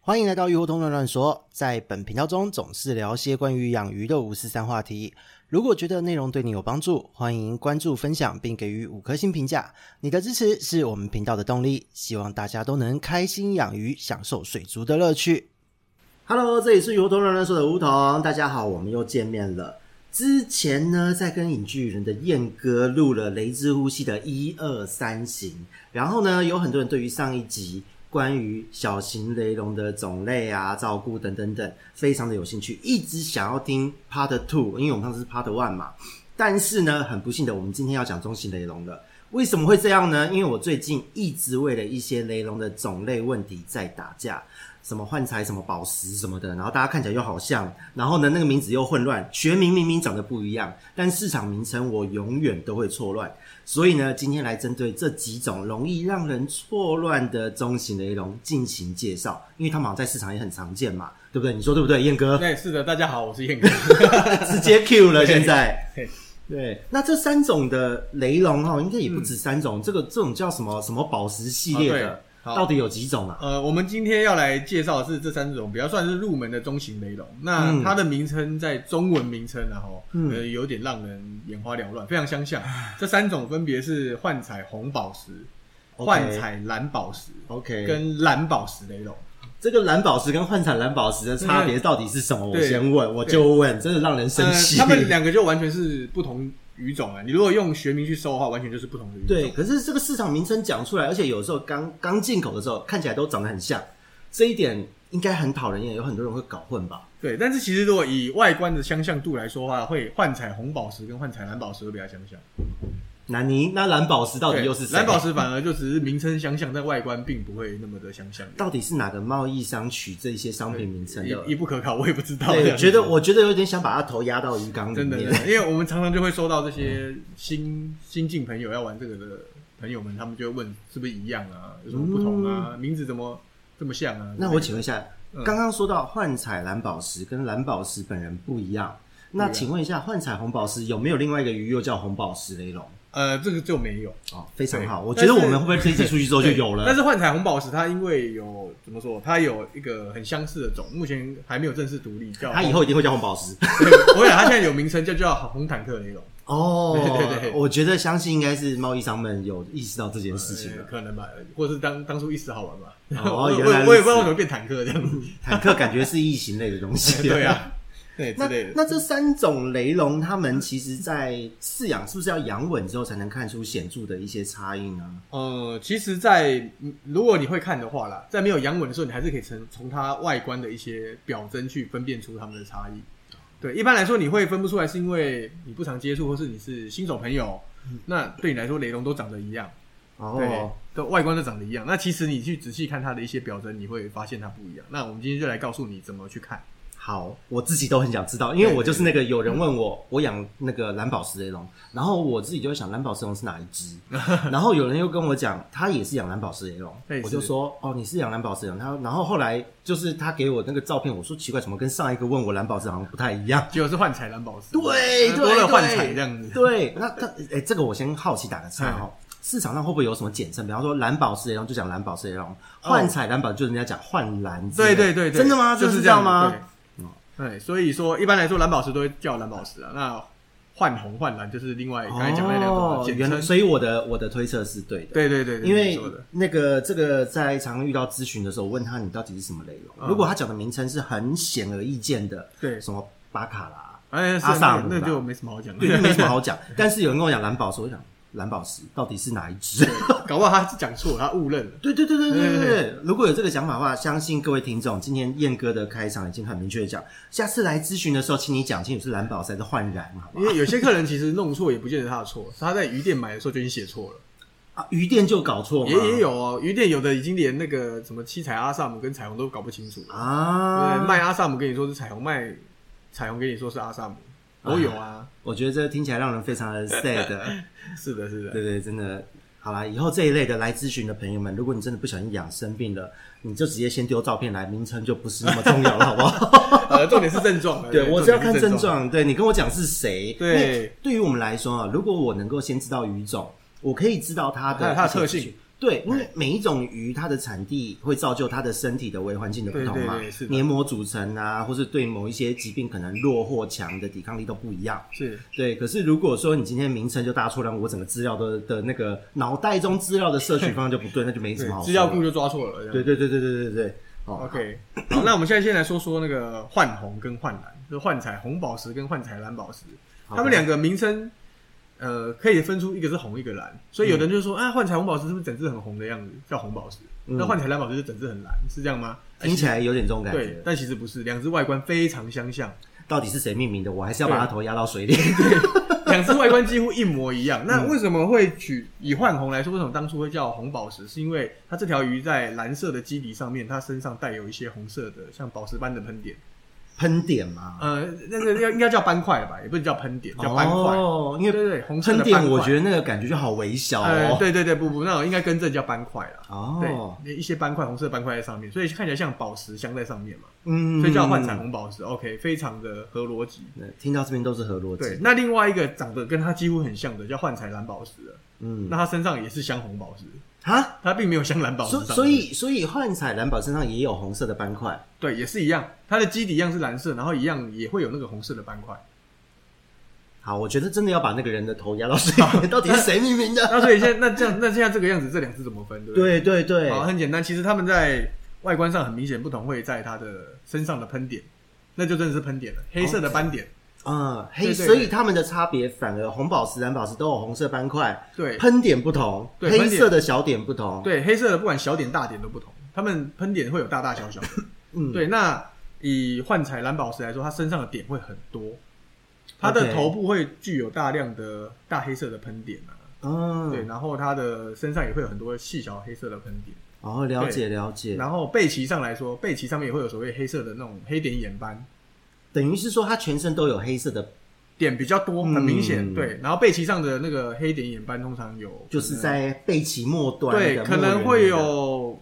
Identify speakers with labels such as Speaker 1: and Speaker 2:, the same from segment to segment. Speaker 1: 欢迎来到鱼活通乱乱说，在本频道中总是聊些关于养鱼的五四三话题。如果觉得内容对你有帮助，欢迎关注、分享并给予五颗星评价。你的支持是我们频道的动力，希望大家都能开心养鱼，享受水族的乐趣。Hello，这里是鱼活通乱乱说的梧桐，大家好，我们又见面了。之前呢，在跟影剧人的燕哥录了《雷之呼吸》的一二三型，然后呢，有很多人对于上一集关于小型雷龙的种类啊、照顾等等等，非常的有兴趣，一直想要听 Part Two，因为我们上次是 Part One 嘛。但是呢，很不幸的，我们今天要讲中型雷龙了。为什么会这样呢？因为我最近一直为了一些雷龙的种类问题在打架，什么幻彩、什么宝石、什么的，然后大家看起来又好像，然后呢那个名字又混乱，学名明明长得不一样，但市场名称我永远都会错乱。所以呢，今天来针对这几种容易让人错乱的中型雷龙进行介绍，因为它们好像在市场也很常见嘛，对不对？你说对不对，燕哥？
Speaker 2: 对，是的，大家好，我是燕哥。
Speaker 1: 直接 Q 了，现在。
Speaker 2: 对
Speaker 1: 对，那这三种的雷龙哦，应该也不止三种。这个这种叫什么什么宝石系列的
Speaker 2: 啊，对好
Speaker 1: 到底有几种啊？
Speaker 2: 呃，我们今天要来介绍的是这三种比较算是入门的中型雷龙。那
Speaker 1: 嗯
Speaker 2: 它的名称在中文名称然后
Speaker 1: 嗯
Speaker 2: 呃有点让人眼花缭乱，非常相像。这三种分别是幻彩红宝石、
Speaker 1: OK
Speaker 2: 幻彩蓝宝石
Speaker 1: OK，
Speaker 2: 跟蓝宝石雷龙。
Speaker 1: 这个蓝宝石跟幻彩蓝宝石的差别到底是什么？我
Speaker 2: 对
Speaker 1: 先问，我就问，真的让人生
Speaker 2: 呃
Speaker 1: 气。
Speaker 2: 它们两个就完全是不同语种啊。你如果用学名去搜的话，完全就是不同的语种。
Speaker 1: 对，可是这个市场名称讲出来，而且有时候刚刚进口的时候看起来都长得很像，这一点应该很讨人厌，有很多人会搞混吧？
Speaker 2: 对，但是其实如果以外观的相像度来说的话，会幻彩红宝石跟幻彩蓝宝石会比较相像。
Speaker 1: 那你那蓝宝石到底
Speaker 2: 对
Speaker 1: 又是谁？
Speaker 2: 蓝宝石反而就只是名称相像，但外观并不会那么的相像，
Speaker 1: 到底是哪个贸易商取这些商品名称的？
Speaker 2: 也也不可靠，我也不知道。这
Speaker 1: 对，
Speaker 2: 样子
Speaker 1: 觉得我觉得有点想把它头压到鱼缸里
Speaker 2: 真的，真
Speaker 1: 面。
Speaker 2: 的因为我们常常就会收到这些新新进朋友要玩这个的朋友们，他们就会问是不是一样啊，有什么不同啊，名字怎么这么像啊？
Speaker 1: 嗯那我请问一下，
Speaker 2: 嗯
Speaker 1: 刚刚说到幻彩蓝宝石跟蓝宝石本人不一样，那
Speaker 2: 不一样
Speaker 1: 请问一下，幻彩红宝石有没有另外一个鱼又叫红宝石雷龙？
Speaker 2: 呃，这个就没有。
Speaker 1: 哦，非常好，
Speaker 2: 对
Speaker 1: 我觉得
Speaker 2: 但
Speaker 1: 我
Speaker 2: 是
Speaker 1: 们会不会这一集出去之后就有
Speaker 2: 但
Speaker 1: 了？
Speaker 2: 是 幻彩红宝石它因为有怎么说，它有一个很相似的种，目前还没有正式独立，叫
Speaker 1: 它 以后一定会叫红宝石。
Speaker 2: 对不会啦，它现在有名称叫叫红坦克雷龙，
Speaker 1: 哦，
Speaker 2: 对对对
Speaker 1: 我觉得相信应该是贸易商们有意识到这件事情
Speaker 2: 呃
Speaker 1: 了。
Speaker 2: 可能吧，或是当当初一时好玩吧。
Speaker 1: 哦
Speaker 2: 我
Speaker 1: 原来如此
Speaker 2: 我我也不知道为什么变坦克这样 子。
Speaker 1: 坦克感觉是异形类的东西。
Speaker 2: 对。 啊，对之
Speaker 1: 那
Speaker 2: 类的。
Speaker 1: 那这三种雷龙，它们其实在饲养是不是要养稳之后才能看出显著的一些差异呢？
Speaker 2: 呃，其实在，嗯如果你会看的话啦，在没有养稳的时候，你还是可以从从它外观的一些表征去分辨出它们的差异。
Speaker 1: 哦
Speaker 2: 对，一般来说你会分不出来，是因为你不常接触，或是你是新手朋友。那对你来说，雷龙都长得一样，对
Speaker 1: 嗯哦，，
Speaker 2: 都外观都长得一样。那其实你去仔细看它的一些表征，你会发现它不一样。那我们今天就来告诉你怎么去看。
Speaker 1: 好，我自己都很想知道，因为我就是那个有人问我，我养那个蓝宝石雷龙，然后我自己就会想蓝宝石龙是哪一 只，然后有人又跟我讲他也是养蓝宝石雷龙
Speaker 2: 类，似
Speaker 1: 我就说哦你是养蓝宝石雷龙，他然后后来就是他给我那个照片，我说奇怪，怎么跟上一个问我蓝宝石好像不太一样？
Speaker 2: 结果是幻彩蓝宝石，
Speaker 1: 对，
Speaker 2: 呃
Speaker 1: 对
Speaker 2: 多了幻彩
Speaker 1: 对
Speaker 2: 这样子。
Speaker 1: 对，那那哎，这个我先好奇打个
Speaker 2: 嗯
Speaker 1: 岔哦。市场上会不会有什么简称？比方说蓝宝石雷龙就讲蓝宝石雷龙，幻彩蓝宝就是人家讲幻蓝之类
Speaker 2: 哦对
Speaker 1: 的。
Speaker 2: 对对对，
Speaker 1: 真的吗？
Speaker 2: 就
Speaker 1: 真的
Speaker 2: 是
Speaker 1: 这样吗？？
Speaker 2: 对，嗯对，所以说一般来说蓝宝石都会叫蓝宝石啊，那幻红幻蓝就是另外刚才讲那两种
Speaker 1: 哦，
Speaker 2: 简
Speaker 1: 原来，
Speaker 2: 称。
Speaker 1: 所以我的我的推测是对的。
Speaker 2: 对对对，对
Speaker 1: 因
Speaker 2: 你
Speaker 1: 为
Speaker 2: 说的
Speaker 1: 那个这个在常遇到咨询的时候，我问他你到底是什么雷龙？
Speaker 2: 嗯
Speaker 1: 如果他讲的名称是很显而易见的，
Speaker 2: 对
Speaker 1: 什么巴卡 拉，
Speaker 2: 哎，是
Speaker 1: 阿
Speaker 2: 啊
Speaker 1: 萨
Speaker 2: 那
Speaker 1: 姆
Speaker 2: 那
Speaker 1: 吧
Speaker 2: 就没什么好讲
Speaker 1: 对，就没
Speaker 2: 的。
Speaker 1: 什么好讲。但是有人跟我讲蓝宝石，我就想蓝宝石到底是哪一 只？
Speaker 2: 搞不好他是讲错，他误认了。
Speaker 1: 对对对对对对
Speaker 2: 对
Speaker 1: 对！如果有这个想法的话，相信各位听众，今天燕哥的开场已经很明确的讲，下次来咨询的时候，请你讲清楚是蓝宝石还是焕然，好吧
Speaker 2: 因？为有些客人其实弄错也不见得他的错，他在鱼店买的时候就已经写错了，
Speaker 1: 啊，鱼店就搞错吗？
Speaker 2: 也也有哦。鱼店有的已经连那个什么七彩阿萨姆跟彩虹都搞不清楚了。
Speaker 1: 啊，
Speaker 2: 对，卖阿萨姆跟你说是彩虹，卖彩虹跟你说是阿萨姆，都有啊。
Speaker 1: 我觉得这听起来让人非常的 sad。
Speaker 2: 是的，是的，
Speaker 1: 对对，真的。好啦，以后这一类的来咨询的朋友们，如果你真的不小心养生病了，你就直接先丢照片来，名称就不是那么重要了，好不好？
Speaker 2: 呃，重点是症状。
Speaker 1: 对，我只要
Speaker 2: 重点
Speaker 1: 看
Speaker 2: 是
Speaker 1: 症
Speaker 2: 状。
Speaker 1: 状。对你跟我讲是谁？
Speaker 2: 对
Speaker 1: 因为对于我们来说啊，如果我能够先知道语种，我可以知道它
Speaker 2: 还
Speaker 1: 的
Speaker 2: 有它的特性，
Speaker 1: 对，因为每一种鱼它的产地会造就它的身体的微环境的不同嘛
Speaker 2: 对对对是，的
Speaker 1: 黏膜组成啊，或是对某一些疾病可能弱或强的抵抗力都不一样。
Speaker 2: 是
Speaker 1: 对，可是如果说你今天名称就搭错了，我整个资料的的那个脑袋中资料的摄取方向就不对，那就没什
Speaker 2: 对
Speaker 1: 么好说
Speaker 2: 资料
Speaker 1: 了
Speaker 2: 库就抓错了。这样
Speaker 1: 对对对对对对对，哦，
Speaker 2: OK，好，那我们现在先来说说那个幻红跟幻蓝，就是幻彩红宝石跟幻彩蓝宝石，
Speaker 1: 好
Speaker 2: 它们两个名称，呃，可以分出一个是红，一个蓝，所以有的人就说，啊，幻彩红宝石是不是整只很红的样子，叫红宝石？
Speaker 1: 嗯
Speaker 2: 那幻彩蓝宝石是整只很蓝，是这样吗？
Speaker 1: 听起来有点这种感
Speaker 2: 对
Speaker 1: 觉，，
Speaker 2: 但其实不是，两只外观非常相像，
Speaker 1: 到底是谁命名的？我还是要把它
Speaker 2: 对
Speaker 1: 头压到水里。
Speaker 2: 两只外观几乎一模一样。
Speaker 1: 嗯
Speaker 2: 那为什么会取以幻红来说？为什么当初会叫红宝石？是因为它这条鱼在蓝色的基底上面，它身上带有一些红色的像宝石般的喷点。
Speaker 1: 喷点嘛，
Speaker 2: 呃，那个要应该叫斑块了吧，也不能叫喷点，叫斑块。
Speaker 1: 哦，因
Speaker 2: 对
Speaker 1: 为
Speaker 2: 对对，红色
Speaker 1: 喷
Speaker 2: 的
Speaker 1: 点
Speaker 2: 斑块
Speaker 1: 我觉得那个感觉就好微小
Speaker 2: 呃，
Speaker 1: 哦。
Speaker 2: 对对对，不不，那种应该更正叫斑块了。
Speaker 1: 哦，
Speaker 2: 对，一些斑块，红色斑块在上面，所以看起来像宝石镶在上面嘛，
Speaker 1: 嗯
Speaker 2: 所以叫幻彩。红宝石。OK，非常的合逻辑。
Speaker 1: 对听到这边都是合逻
Speaker 2: 对，
Speaker 1: 辑。
Speaker 2: 那另外一个长得跟它几乎很像的叫幻彩蓝宝石啊了，
Speaker 1: 嗯
Speaker 2: 那，它身上也是镶红宝石，
Speaker 1: 啊，
Speaker 2: 它并没有镶蓝宝石
Speaker 1: 所
Speaker 2: 上面。
Speaker 1: 所以所以幻彩蓝宝身上也有红色的斑块，
Speaker 2: 对，也是一样，它的基底一样是蓝色，然后一样也会有那个红色的斑块。
Speaker 1: 好，我觉得真的要把那个人的头压到水里 面，到底是谁命名的？
Speaker 2: 那所以现在那这样那现在这个样子，这两只怎么分？对不对？
Speaker 1: 对对对，
Speaker 2: 好，很简单，其实他们在外观上很明显不同，会在它的身上的喷点，那就真的是喷点了，
Speaker 1: 哦
Speaker 2: 黑色的斑点。
Speaker 1: 嗯，黑，
Speaker 2: 对对对
Speaker 1: 所以它们的差别反而红宝石、蓝宝石都有红色斑块，
Speaker 2: 对
Speaker 1: 喷点不同，
Speaker 2: 对
Speaker 1: 黑
Speaker 2: 喷点
Speaker 1: 色的小点不同，，
Speaker 2: 对，黑色的不管小点大点都不同，它们喷点会有大大小小的。
Speaker 1: 嗯，
Speaker 2: 对，那以幻彩蓝宝石来说，它身上的点会很多，它的
Speaker 1: OK
Speaker 2: 头部会具有大量的大黑色的喷点啊，
Speaker 1: 嗯，
Speaker 2: 对，然后它的身上也会有很多细小黑色的喷点。
Speaker 1: 哦，了解了解，
Speaker 2: 然后背鳍上来说，背鳍上面也会有所谓黑色的那种黑点眼斑，
Speaker 1: 等于是说它全身都有黑色的，
Speaker 2: 点比较多，很明显。
Speaker 1: 嗯
Speaker 2: 对，然后背鳍上的那个黑点眼斑通常有可能，
Speaker 1: 就是在背鳍末端的
Speaker 2: 对，
Speaker 1: 末
Speaker 2: 可
Speaker 1: 缘
Speaker 2: 能
Speaker 1: 那
Speaker 2: 会
Speaker 1: 个
Speaker 2: 有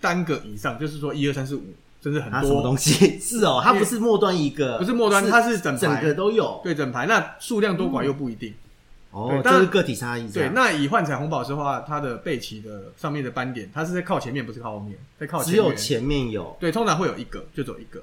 Speaker 2: 单个以上，就是说一二三四五，甚至很
Speaker 1: 啊它什么
Speaker 2: 多，
Speaker 1: 东西？ 是哦，它不是末端一个，
Speaker 2: 不是末端，它是整
Speaker 1: 整
Speaker 2: 排，
Speaker 1: 个都有，
Speaker 2: 对整排。那数量多寡又不一定。
Speaker 1: 哦
Speaker 2: 对，当
Speaker 1: 这
Speaker 2: 然
Speaker 1: 是个啊体差异这
Speaker 2: 对，
Speaker 1: 样，
Speaker 2: 那以幻彩红宝石的话，它的背鳍的上面的斑点，它是在靠前面，不是靠后面，在靠前
Speaker 1: 只有
Speaker 2: 缘
Speaker 1: 前面有
Speaker 2: 对，通常会有一个，就只有一个，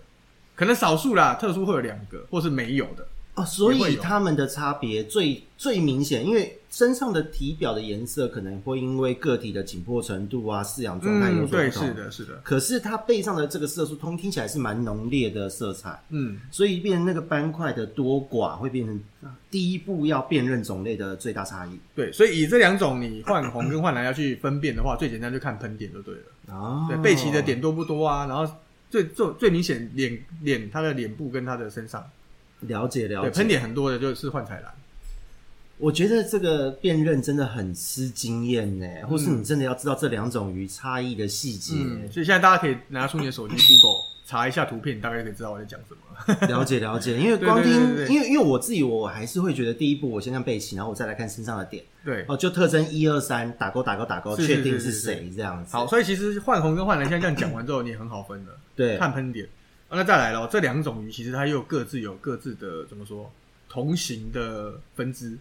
Speaker 2: 可能少数啦，特殊会有两个，或是没有的。
Speaker 1: 哦，所
Speaker 2: 也会
Speaker 1: 以
Speaker 2: 有
Speaker 1: 它们的差别最最明显，因为身上的体表的颜色可能会因为个体的紧迫程度啊、饲养状态有
Speaker 2: 嗯，
Speaker 1: 所
Speaker 2: 对，
Speaker 1: 不同。
Speaker 2: 是。的，是的，
Speaker 1: 可是它背上的这个色素通听起来是蛮浓烈的色彩，
Speaker 2: 嗯，
Speaker 1: 所以变成那个斑块的多寡会变成第一步要辨认种类的最大差异
Speaker 2: 对，所以以这两种你换红跟换蓝要去分辨的话，最简单就看喷点就对了。
Speaker 1: 哦
Speaker 2: 对，背鳍的点多不多啊？然后最最最明显脸脸它的脸部跟它的身上，
Speaker 1: 了解了
Speaker 2: 对，
Speaker 1: 解。
Speaker 2: 喷点很多的就是幻彩蓝。
Speaker 1: 我觉得这个辨认真的很吃经验呢，或是你真的要知道这两种鱼差异的细节。
Speaker 2: 嗯，所以现在大家可以拿出你的手机 Google 查一下图片，你大概就可以知道我在讲什么 了。
Speaker 1: 了解了 解，因为
Speaker 2: 对
Speaker 1: 光听
Speaker 2: 对对对，对
Speaker 1: 因为因为我自己我还是会觉得第一步我先看背鳍，然后我再来看身上的点，
Speaker 2: 对，
Speaker 1: 哦，就特征一二三打勾打勾打勾，
Speaker 2: 是是
Speaker 1: 确定是
Speaker 2: 是是
Speaker 1: 谁这样子。
Speaker 2: 好，，所以其实换红跟换蓝现在这样讲完之后，你也很好分了，
Speaker 1: 对，
Speaker 2: 看喷点。啊那再来了，这两种鱼其实它又各自有各自的怎么说同型的分支，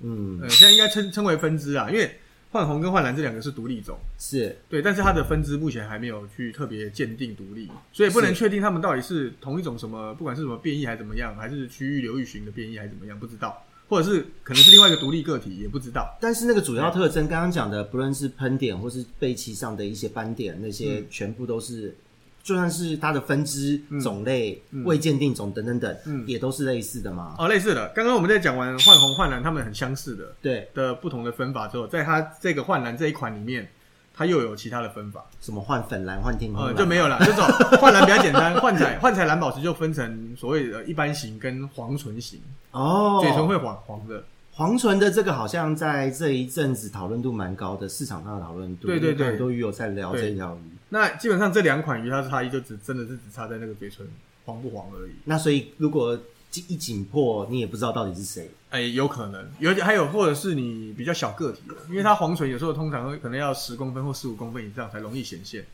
Speaker 1: 嗯，
Speaker 2: 呃，现在应该称称为分支啊，因为换红跟换蓝这两个是独立种。
Speaker 1: 是
Speaker 2: 对，但是它的分支目前还没有去特别鉴定独立，所以不能
Speaker 1: 是
Speaker 2: 确定它们到底是同一种什么，不管是什么变异还是怎么样，还是区域流域型的变异还是怎么样，不知道，或者是可能是另外一个独立个体，也不知道。
Speaker 1: 但是那个主要特征，刚刚讲的，不论是喷点或是背鳍上的一些斑点，那些全部都是，
Speaker 2: 嗯
Speaker 1: 就算是它的分支、种类、嗯未鉴定种等等等，
Speaker 2: 嗯
Speaker 1: 也都是类似的嘛。
Speaker 2: 哦，类似的，刚刚我们在讲完幻红、幻蓝它们很相似的
Speaker 1: 对，
Speaker 2: 的不同的分法之后，在它这个幻蓝这一款里面，它又有其他的分法，
Speaker 1: 什么换粉蓝、换天空
Speaker 2: 呃，
Speaker 1: 蓝，啊
Speaker 2: 就没有了。这种幻蓝比较简 单，幻彩幻彩蓝宝石就分成所谓的一般型跟黄唇型，
Speaker 1: 哦，
Speaker 2: 嘴唇会黄黄的，
Speaker 1: 黄唇的这个好像在这一阵子讨论度蛮高的，市场上的讨论度，
Speaker 2: 对对
Speaker 1: 因
Speaker 2: 对
Speaker 1: 为很多鱼友在聊这一条鱼。
Speaker 2: 那基本上这两款鱼它的差异就只真的是只差在那个嘴唇黄不黄而已。
Speaker 1: 那所以如果一紧迫，你也不知道到底是谁。
Speaker 2: 哎、有可能，有还有或者是你比较小个体的，因为它黄唇有时候通常会可能要十公分或十五公分以上才容易显现。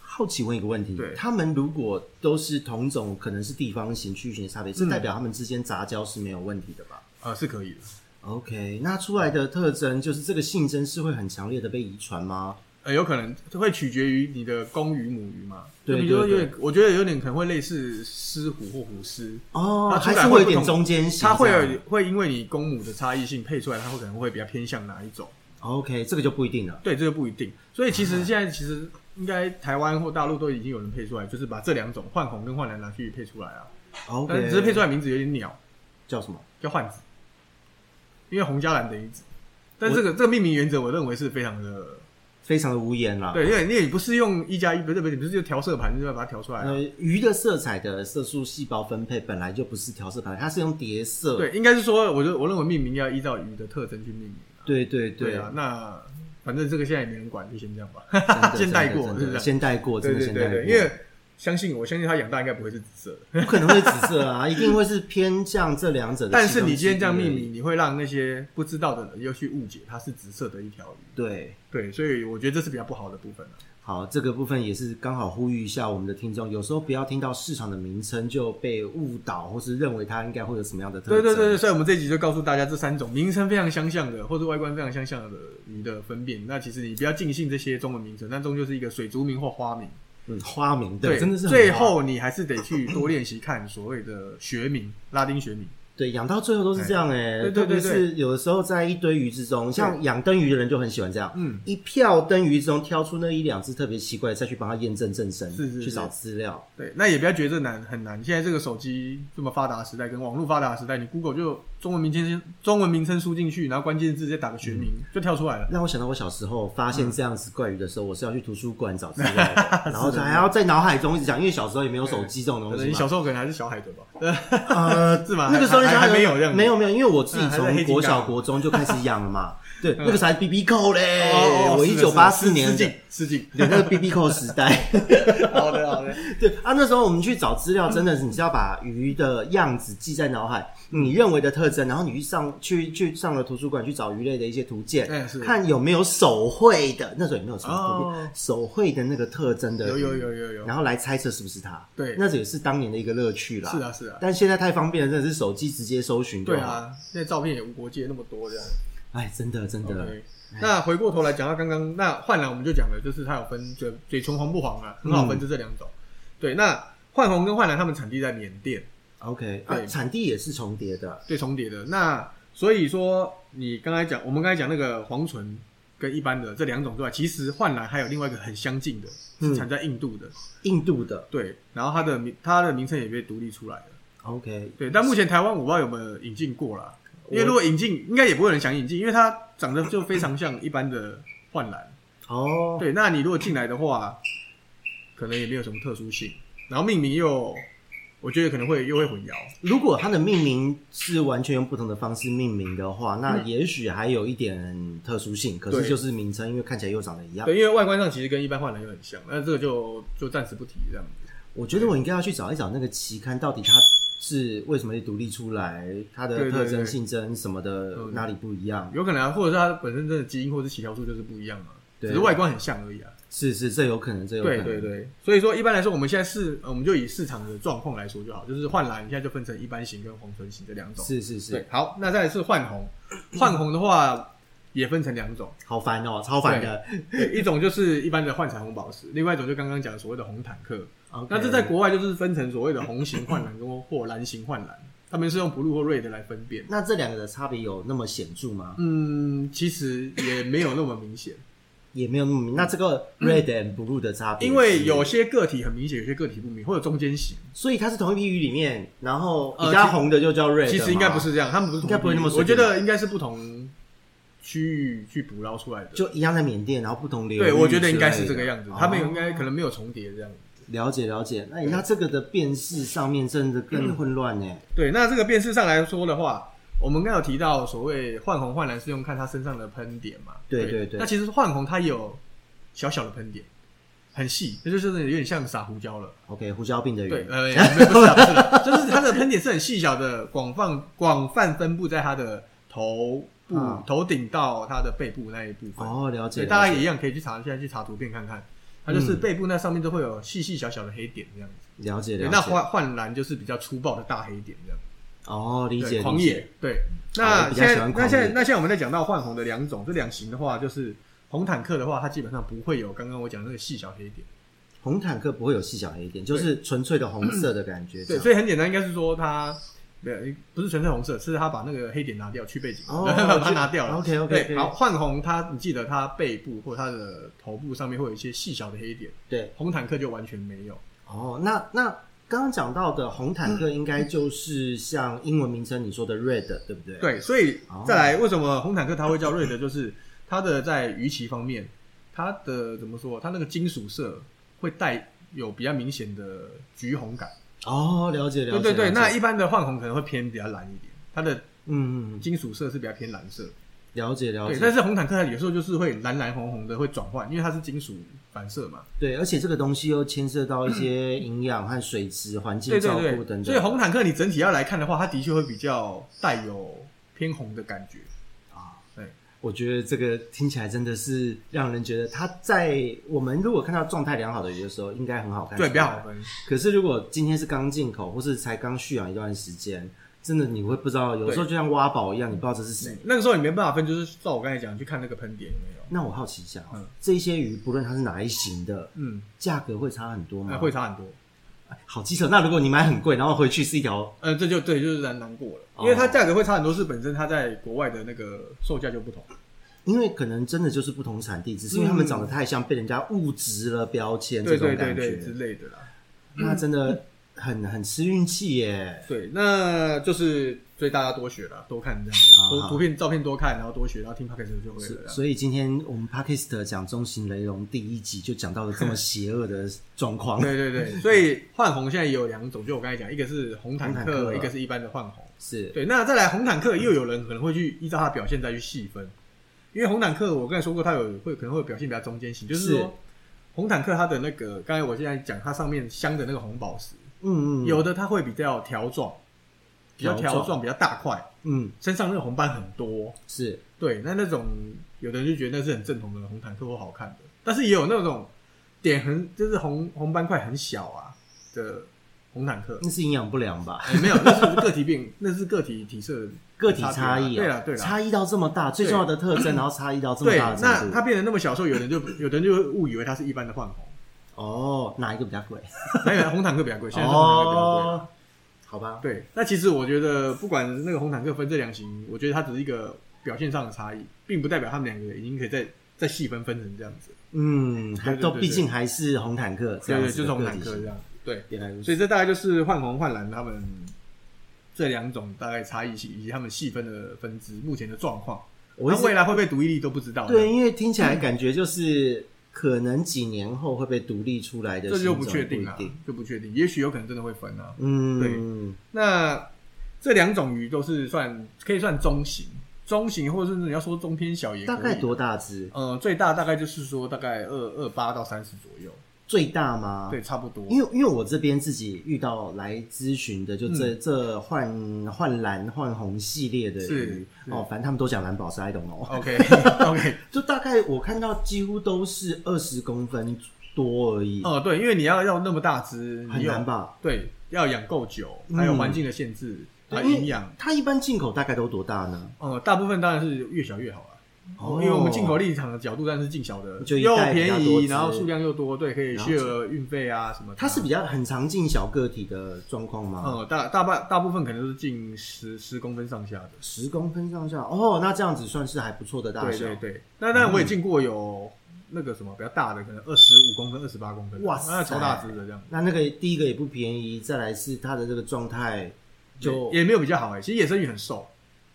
Speaker 1: 好奇问一个问题
Speaker 2: 对，
Speaker 1: 他们如果都是同种，可能是地方型、区域型的差别，这
Speaker 2: 嗯
Speaker 1: 代表他们之间杂交是没有问题的吧？
Speaker 2: 呃，是可以的，
Speaker 1: OK，那出来的特征就是这个性征是会很强烈的被遗传吗？
Speaker 2: 呃，有可能会取决于你的公鱼母鱼嘛。
Speaker 1: 对
Speaker 2: 就比如说
Speaker 1: 对
Speaker 2: 有点，我觉得有点可能会类似狮虎或虎狮，
Speaker 1: 哦，
Speaker 2: 它出
Speaker 1: 还
Speaker 2: 来
Speaker 1: 是
Speaker 2: 会
Speaker 1: 有
Speaker 2: 不
Speaker 1: 点
Speaker 2: 同
Speaker 1: 中间型这
Speaker 2: 它
Speaker 1: 样，
Speaker 2: 会有会因为你公母的差异性配出来，它会可能会比较偏向哪一种。
Speaker 1: OK，这个就不一定了。
Speaker 2: 对，这个不一定。所以其
Speaker 1: 嗯
Speaker 2: 实现在其实应该台湾或大陆都已经有人配出来，就是把这两种幻红跟幻蓝拿去配出来啊。但
Speaker 1: OK，
Speaker 2: 是只是配出来名字有点鸟，
Speaker 1: 叫什么？
Speaker 2: 叫幻子，因为红加蓝等于子。但这个这个命名原则，我认为是非常的
Speaker 1: 非常的无言啦。
Speaker 2: 对，因为因为你不是用一加一，不是不是，你不是就调色盘就要把它调出来啊、
Speaker 1: 呃，鱼的色彩的色素细胞分配本来就不是调色盘，它是用叠色。
Speaker 2: 对，应该是说，我就我认为命名要依照鱼的特征去命名啊、
Speaker 1: 对对
Speaker 2: 对
Speaker 1: 对
Speaker 2: 啊， 那反正这个现在也没人管，就先这样吧
Speaker 1: 真的，
Speaker 2: 先带过，
Speaker 1: 真的
Speaker 2: 是不
Speaker 1: 真的
Speaker 2: 是？
Speaker 1: 先带过，
Speaker 2: 对
Speaker 1: 真的
Speaker 2: 对
Speaker 1: 先带
Speaker 2: 对
Speaker 1: 过。
Speaker 2: 对，因为相信我，相信它养大应该不会是紫色的。
Speaker 1: 不可能会紫色啊，一定会是偏向这两者的。
Speaker 2: 但是你今天这样命，名，你会让那些不知道的人又去误解它是紫色的一条鱼。
Speaker 1: 对，
Speaker 2: 对，所以我觉得这是比较不好的部分了、啊
Speaker 1: 好，这个部分也是刚好呼吁一下我们的听众，有时候不要听到市场的名称就被误导，或是认为它应该会有什么样的特
Speaker 2: 对
Speaker 1: 征。
Speaker 2: 对对对，所以我们这一集就告诉大家这三种名称非常相像的，或者外观非常相像的鱼的分辨。那其实你不要尽信这些中文名称，但终究是一个水族名或花名。
Speaker 1: 嗯，花名对，真的是很
Speaker 2: 最
Speaker 1: 花
Speaker 2: 后你还是得去多练习看所谓的学名，拉丁学名。
Speaker 1: 对，养到最后都是这样哎、
Speaker 2: 对对
Speaker 1: 特别
Speaker 2: 对
Speaker 1: 是有的时候在一堆鱼之中，像养灯鱼的人就很喜欢这样，
Speaker 2: 嗯，
Speaker 1: 一票灯鱼之中挑出那一两只特别奇怪的，再去帮它验证正身，
Speaker 2: 是是是
Speaker 1: 去找资料。
Speaker 2: 对，那也不要觉得这难很难。现在这个手机这么发达的时代，跟网络发达的时代，你 Google 就中文名称中文名称输进去，然后关键字再打个学
Speaker 1: 嗯
Speaker 2: 名，就跳出来了。
Speaker 1: 让我想到我小时候发
Speaker 2: 嗯
Speaker 1: 现这样子怪鱼的时候，我是要去图书馆找资料的， 然后还要在脑海中一直讲，因为小时候也没有手机这种
Speaker 2: 可
Speaker 1: 东
Speaker 2: 能
Speaker 1: 西
Speaker 2: 你小
Speaker 1: 嘛。
Speaker 2: 时候可能还是小海豚吧，
Speaker 1: 呃，
Speaker 2: 是吗？
Speaker 1: 那个时候
Speaker 2: 还
Speaker 1: 你
Speaker 2: 还
Speaker 1: 想
Speaker 2: 还没有这样子，
Speaker 1: 没有没有，因为我自己
Speaker 2: 嗯还在黑
Speaker 1: 从
Speaker 2: 金
Speaker 1: 国小
Speaker 2: 刚
Speaker 1: 国中就开始养了 嘛。对，那个时候还 B B 扣嘞
Speaker 2: 哦，，哦
Speaker 1: 哎我
Speaker 2: 是
Speaker 1: 一
Speaker 2: 的
Speaker 1: 九八四
Speaker 2: 是的
Speaker 1: 年
Speaker 2: 失
Speaker 1: 的
Speaker 2: 敬，失 敬。
Speaker 1: 对，那个 B B 扣时代。
Speaker 2: 好的好的，
Speaker 1: 对啊，那时候我们去找资料，真的是你是要把鱼的样子记在脑海，你认为的特征，然后你去上去去上了图书馆去找鱼类的一些图鉴，
Speaker 2: 嗯是
Speaker 1: 看有没有手绘的，那时候也没有什么图
Speaker 2: 哦
Speaker 1: 片，手绘的那个特征的，
Speaker 2: 有有，有有有，
Speaker 1: 然后来猜测是不是它。
Speaker 2: 对
Speaker 1: 那这也是当年的一个乐趣啦。
Speaker 2: 是啊是啊，
Speaker 1: 但现在太方便了，真的是手机直接搜寻就
Speaker 2: 对
Speaker 1: 好。
Speaker 2: 啊，现在照片也无国界那么多这样。
Speaker 1: 哎，真的真的
Speaker 2: OK，那回过头来讲到刚刚那幻蓝，我们就讲了，就是它有分嘴嘴唇红不黄啊，很好分，就这两
Speaker 1: 嗯
Speaker 2: 种。对，那幻红跟幻蓝它们产地在缅甸，
Speaker 1: OK 啊，
Speaker 2: 对
Speaker 1: 产地也是重叠的，
Speaker 2: 对重叠的。那所以说，你刚才讲，我们刚才讲那个黄唇跟一般的这两种之外，其实幻蓝还有另外一个很相近的，
Speaker 1: 嗯
Speaker 2: 是产在印度的。
Speaker 1: 印度的
Speaker 2: 对，然后它的名它的名称也被独立出来了。
Speaker 1: OK
Speaker 2: 对，但目前台湾我不知道有没有引进过啦，因为
Speaker 1: 我
Speaker 2: 如果引进，应该也不会有人想引进，因为它长得就非常像一般的幻蓝。
Speaker 1: 哦，
Speaker 2: 对，那你如果进来的话，可能也没有什么特殊性，然后命名又，我觉得可能会又会混淆。
Speaker 1: 如果它的命名是完全用不同的方式命名的话，那也许还有一点特殊性。可是
Speaker 2: 嗯对
Speaker 1: 就是名称，因为看起来又长得一样。
Speaker 2: 对，因为外观上其实跟一般换人又很像，那这个就就暂时不提这样子。
Speaker 1: 我觉得我应该要去找一找那个期刊，到底它是为什么会独立出来，它的
Speaker 2: 对对
Speaker 1: 特征、
Speaker 2: 对
Speaker 1: 性征什么的
Speaker 2: 嗯
Speaker 1: 哪里不一样？
Speaker 2: 有可能啊，或者是它本身真的基因或者是起条数就是不一样嘛，
Speaker 1: 对
Speaker 2: 只是外观很像而已啊。
Speaker 1: 是是，这有可能，这有可
Speaker 2: 对
Speaker 1: 能。
Speaker 2: 对对，所以说一般来说，我们现在市、呃我们就以市场的状况来说就好，就是换蓝现在就分成一般型跟黄唇型这两种。
Speaker 1: 是是
Speaker 2: 对
Speaker 1: 是，，
Speaker 2: 好，那再来是换红，换红的话也分成两种。
Speaker 1: 好烦哦、超烦的。
Speaker 2: 对， 一种就是一般的幻彩虹宝石，另外一种就刚刚讲的所谓的红坦克。
Speaker 1: OK
Speaker 2: 那这在国外就是分成所谓的红型幻蓝跟或蓝型幻蓝，他们是用 blue 或 red 来分辨。
Speaker 1: 那这两个的差别有那么显著吗？
Speaker 2: 嗯，其实也没有那么 明显，
Speaker 1: 也没有那么明。那这个 red and blue 的差别是，
Speaker 2: 嗯因为有些个体很明显，有些个体不明，或者中间型。
Speaker 1: 所以它是同一批鱼里面，然后
Speaker 2: 呃
Speaker 1: 比较
Speaker 2: 其
Speaker 1: 红的就叫 red 嘛。
Speaker 2: 其实应该不是这样，他们不是同
Speaker 1: 应该不会那么
Speaker 2: 我
Speaker 1: 随
Speaker 2: 觉
Speaker 1: 便
Speaker 2: 得应该是不同区域去捕捞出来的。
Speaker 1: 就一样在缅甸，然后不同流域之类
Speaker 2: 对，
Speaker 1: 的。
Speaker 2: 我觉得应该是这个样子，他们应
Speaker 1: 哦
Speaker 2: 该可能没有重叠这样子。
Speaker 1: 了解了解。那那这个的辨识上面真的更混乱呢。
Speaker 2: 对，那这个辨识上来说的话，我们刚刚有提到所谓换红换蓝是用看它身上的喷点嘛？
Speaker 1: 对对对
Speaker 2: 那其实换红它也有小小的喷点，很细，那就是有点像撒胡椒了。
Speaker 1: OK，胡椒病的
Speaker 2: 对
Speaker 1: 鱼，，
Speaker 2: 呃，没有不是啊，不是啊，就是它的喷点是很细小的，广泛广泛分布在它的头部、
Speaker 1: 嗯
Speaker 2: 头顶到它的背部那一部分。
Speaker 1: 哦，了
Speaker 2: 所
Speaker 1: 解。
Speaker 2: 以大家
Speaker 1: 了
Speaker 2: 也
Speaker 1: 解
Speaker 2: 一样可以去查，现在去查图片看看，它就是
Speaker 1: 嗯
Speaker 2: 背部那上面都会有细细小小的黑点这样子。
Speaker 1: 了解
Speaker 2: 对，
Speaker 1: 了
Speaker 2: 那
Speaker 1: 解。
Speaker 2: 换换蓝就是比较粗暴的大黑点这样。
Speaker 1: 哦，理
Speaker 2: 对，
Speaker 1: 解，
Speaker 2: 狂
Speaker 1: 理解
Speaker 2: 野。对，
Speaker 1: 我
Speaker 2: 那
Speaker 1: 比
Speaker 2: 现
Speaker 1: 较喜
Speaker 2: 在
Speaker 1: 欢
Speaker 2: 那
Speaker 1: 狂
Speaker 2: 现在
Speaker 1: 野
Speaker 2: 那现在我们在讲到换红的两种，这两型的话，就是红坦克的话，它基本上不会有刚刚我讲的那个细小黑点。
Speaker 1: 红坦克不会有细小黑点，就是纯粹的红色的感觉。
Speaker 2: 对，
Speaker 1: 以
Speaker 2: 所以很简单，应该是说它。对，不是纯粹红色，是它把那个黑点拿掉，去背景，
Speaker 1: 哦
Speaker 2: 把它拿掉了。
Speaker 1: OK，OK，
Speaker 2: 对，
Speaker 1: OK
Speaker 2: 好，换红它，你记得它背部或它的头部上面会有一些细小的黑点，
Speaker 1: 对，
Speaker 2: 红坦克就完全没有。
Speaker 1: 哦，那那刚刚讲到的红坦
Speaker 2: 嗯
Speaker 1: 克应该就是像英文名称你说的 red，对不对？，
Speaker 2: 对，所以再来，为什么红坦克它会叫瑞德？就是它的在鱼鳍方面，它的怎么说？它那个金属色会带有比较明显的橘红感。
Speaker 1: 哦，了解了
Speaker 2: 对
Speaker 1: 解。
Speaker 2: 对对，
Speaker 1: 了解
Speaker 2: 那一般的幻红可能会偏比较蓝一点，它的
Speaker 1: 嗯嗯嗯
Speaker 2: 金属色是比较偏蓝色。
Speaker 1: 了解了
Speaker 2: 对
Speaker 1: 解，。
Speaker 2: 但是红坦克它有时候就是会蓝蓝红红的会转换，因为它是金属反射嘛。
Speaker 1: 对，而且这个东西又牵涉到一些营养和水 质、环境
Speaker 2: 对
Speaker 1: 照顾
Speaker 2: 对
Speaker 1: 等
Speaker 2: 对，
Speaker 1: 等。
Speaker 2: 所以红坦克你整体要来看的话，它的确会比较带有偏红的感觉。
Speaker 1: 我觉得这个听起来真的是让人觉得它在我们如果看到状态良好的鱼的时候，应该很好看。
Speaker 2: 对，比较好。分。
Speaker 1: 可是如果今天是刚进口，或是才刚蓄养一段时间，真的你会不知道，有时候就像挖宝一样，你不知道这是谁。
Speaker 2: 那个时候你没办法分，就是照我刚才讲，你去看那个喷点有没有？
Speaker 1: 那我好奇一下哦，
Speaker 2: 嗯
Speaker 1: 这些鱼不论它是哪一型的，
Speaker 2: 嗯，
Speaker 1: 价格会差很多
Speaker 2: 那
Speaker 1: 吗？
Speaker 2: 啊会，差很多。
Speaker 1: 好基础。那如果你买很贵，然后回去是一条，
Speaker 2: 呃，这就对，就是难难过了，
Speaker 1: 哦
Speaker 2: 因为它价格会差很多，是本身它在国外的那个售价就不同。
Speaker 1: 因为可能真的就是不同产地，只是因为它们长得太像，被人家物质了标签这
Speaker 2: 对
Speaker 1: 种
Speaker 2: 对对
Speaker 1: 感
Speaker 2: 对之
Speaker 1: 觉，
Speaker 2: 类的啦。
Speaker 1: 那真的很很吃运气耶。
Speaker 2: 对，那就是所以大家多学啦，多看这样子，
Speaker 1: 啊
Speaker 2: 多图片照片多看，然后多学，然后听 podcast 就会了啦。
Speaker 1: 所以今天我们 p a k i s t 讲中型雷龙第一集就讲到了这么邪恶的状况，
Speaker 2: 对对对，所以换红现在也有两种，就我刚才讲，一个是红坦
Speaker 1: 红坦
Speaker 2: 克，
Speaker 1: 克啊
Speaker 2: 一个是一般的换红。
Speaker 1: 是
Speaker 2: 对，那再来红坦克，又有人可能会去依照它的表现再去细分，因为红坦克我刚才说过，它有会可能会表现比较中间型，就是
Speaker 1: 是
Speaker 2: 说红坦克它的那个，刚才我现在讲它上面镶的那个红宝石，
Speaker 1: 嗯嗯，
Speaker 2: 有的它会比较条状，比较条
Speaker 1: 条
Speaker 2: 状，
Speaker 1: 状
Speaker 2: 比较大块，
Speaker 1: 嗯
Speaker 2: 身上那个红斑很多。
Speaker 1: 是
Speaker 2: 对，那那种有的人就觉得那是很正统的红坦克或好看的，但是也有那种点很就是红红斑块很小啊的红坦 克。
Speaker 1: 那是营养不良吧？
Speaker 2: 哎没有，那是个体病，那是个体体色
Speaker 1: 个体差异、啊，
Speaker 2: 对了对了，
Speaker 1: 差异到这么大，最重要的特征，然后差异到这么
Speaker 2: 对，
Speaker 1: 大的
Speaker 2: 那
Speaker 1: 程
Speaker 2: 它
Speaker 1: 度，
Speaker 2: 变得那么小的时候，有人就 有人就会误以为它是一般的 换红，
Speaker 1: 哦，哪一个比较贵？
Speaker 2: 还有红坦克 比较贵，现在是红坦克比较贵。
Speaker 1: 哦，好吧，
Speaker 2: 对，那其实我觉得，不管那个红坦克分这两型，我觉得它只是一个表现上的差异，并不代表他们两个已经可以再再细分分成这样子。
Speaker 1: 嗯，还
Speaker 2: 对对
Speaker 1: 都
Speaker 2: 对
Speaker 1: 毕竟还是红坦克这
Speaker 2: 对
Speaker 1: 样
Speaker 2: 对，
Speaker 1: 子
Speaker 2: 就
Speaker 1: 的
Speaker 2: 是红
Speaker 1: 个
Speaker 2: 坦
Speaker 1: 体
Speaker 2: 克
Speaker 1: 型啊
Speaker 2: 这样。对，
Speaker 1: 原来如
Speaker 2: 所
Speaker 1: 此，
Speaker 2: 以这大概就是换红换蓝他们这两种大概差异性，以及他们细分的分支目前的状况，
Speaker 1: 我一
Speaker 2: 那
Speaker 1: 直
Speaker 2: 未来会不会独一例都不知道。
Speaker 1: 对，因为听起来感觉就是。可能几年后会被独立出来的
Speaker 2: 这
Speaker 1: 新
Speaker 2: 就
Speaker 1: 种，
Speaker 2: 不确定
Speaker 1: 不
Speaker 2: 了、
Speaker 1: 一定
Speaker 2: 就不确定，也许有可能真的会分啊。
Speaker 1: 嗯，
Speaker 2: 那这两种鱼都是算可以算中型，中型或者是你要说中偏小也可以
Speaker 1: 大概多？大只？
Speaker 2: 呃，最大大概就是说大概二二八到三十左右，
Speaker 1: 最大吗？
Speaker 2: 对，，差不多。
Speaker 1: 啊因为因为我这边自己遇到来咨询的，就这、
Speaker 2: 嗯
Speaker 1: 这换换蓝换红系列的
Speaker 2: 是
Speaker 1: 鱼
Speaker 2: 是哦
Speaker 1: 哦，反正他们都讲蓝宝石，I don't know。
Speaker 2: OK OK，
Speaker 1: 就大概我看到几乎都是二十公分多而已，
Speaker 2: 哦、对，因为你要要那么大只，
Speaker 1: 很
Speaker 2: 你有
Speaker 1: 难？吧？
Speaker 2: 对，要养够久，
Speaker 1: 嗯
Speaker 2: 还有环境的限制，还有
Speaker 1: 因为
Speaker 2: 营养。
Speaker 1: 它一般进口大概都多大呢？
Speaker 2: 呃，大部分当然是越小越好啊。
Speaker 1: 哦
Speaker 2: 因为我们进口立场的角度，但是进小的
Speaker 1: 就一
Speaker 2: 又
Speaker 1: 袋比较
Speaker 2: 便
Speaker 1: 多
Speaker 2: 宜，
Speaker 1: 只
Speaker 2: 然后数量又多，对，可以
Speaker 1: 了解
Speaker 2: 需要运费啊什么的啊。
Speaker 1: 它是比较很常进小个体的状况吗？
Speaker 2: 呃，大大半大部分可能都是近十十公分上下的。
Speaker 1: 十、公分上下哦，那这样子算是还不错的大
Speaker 2: 对
Speaker 1: 小。嗯
Speaker 2: 对对，那那我也进过有那个什么比较大的，可能二十五公分、二十八公分的，
Speaker 1: 哇塞
Speaker 2: 那超大只的这样，
Speaker 1: 那那个第一个也不便宜，再来是它的这个状态就
Speaker 2: 也也没有比较好哎、其实野生鱼很瘦，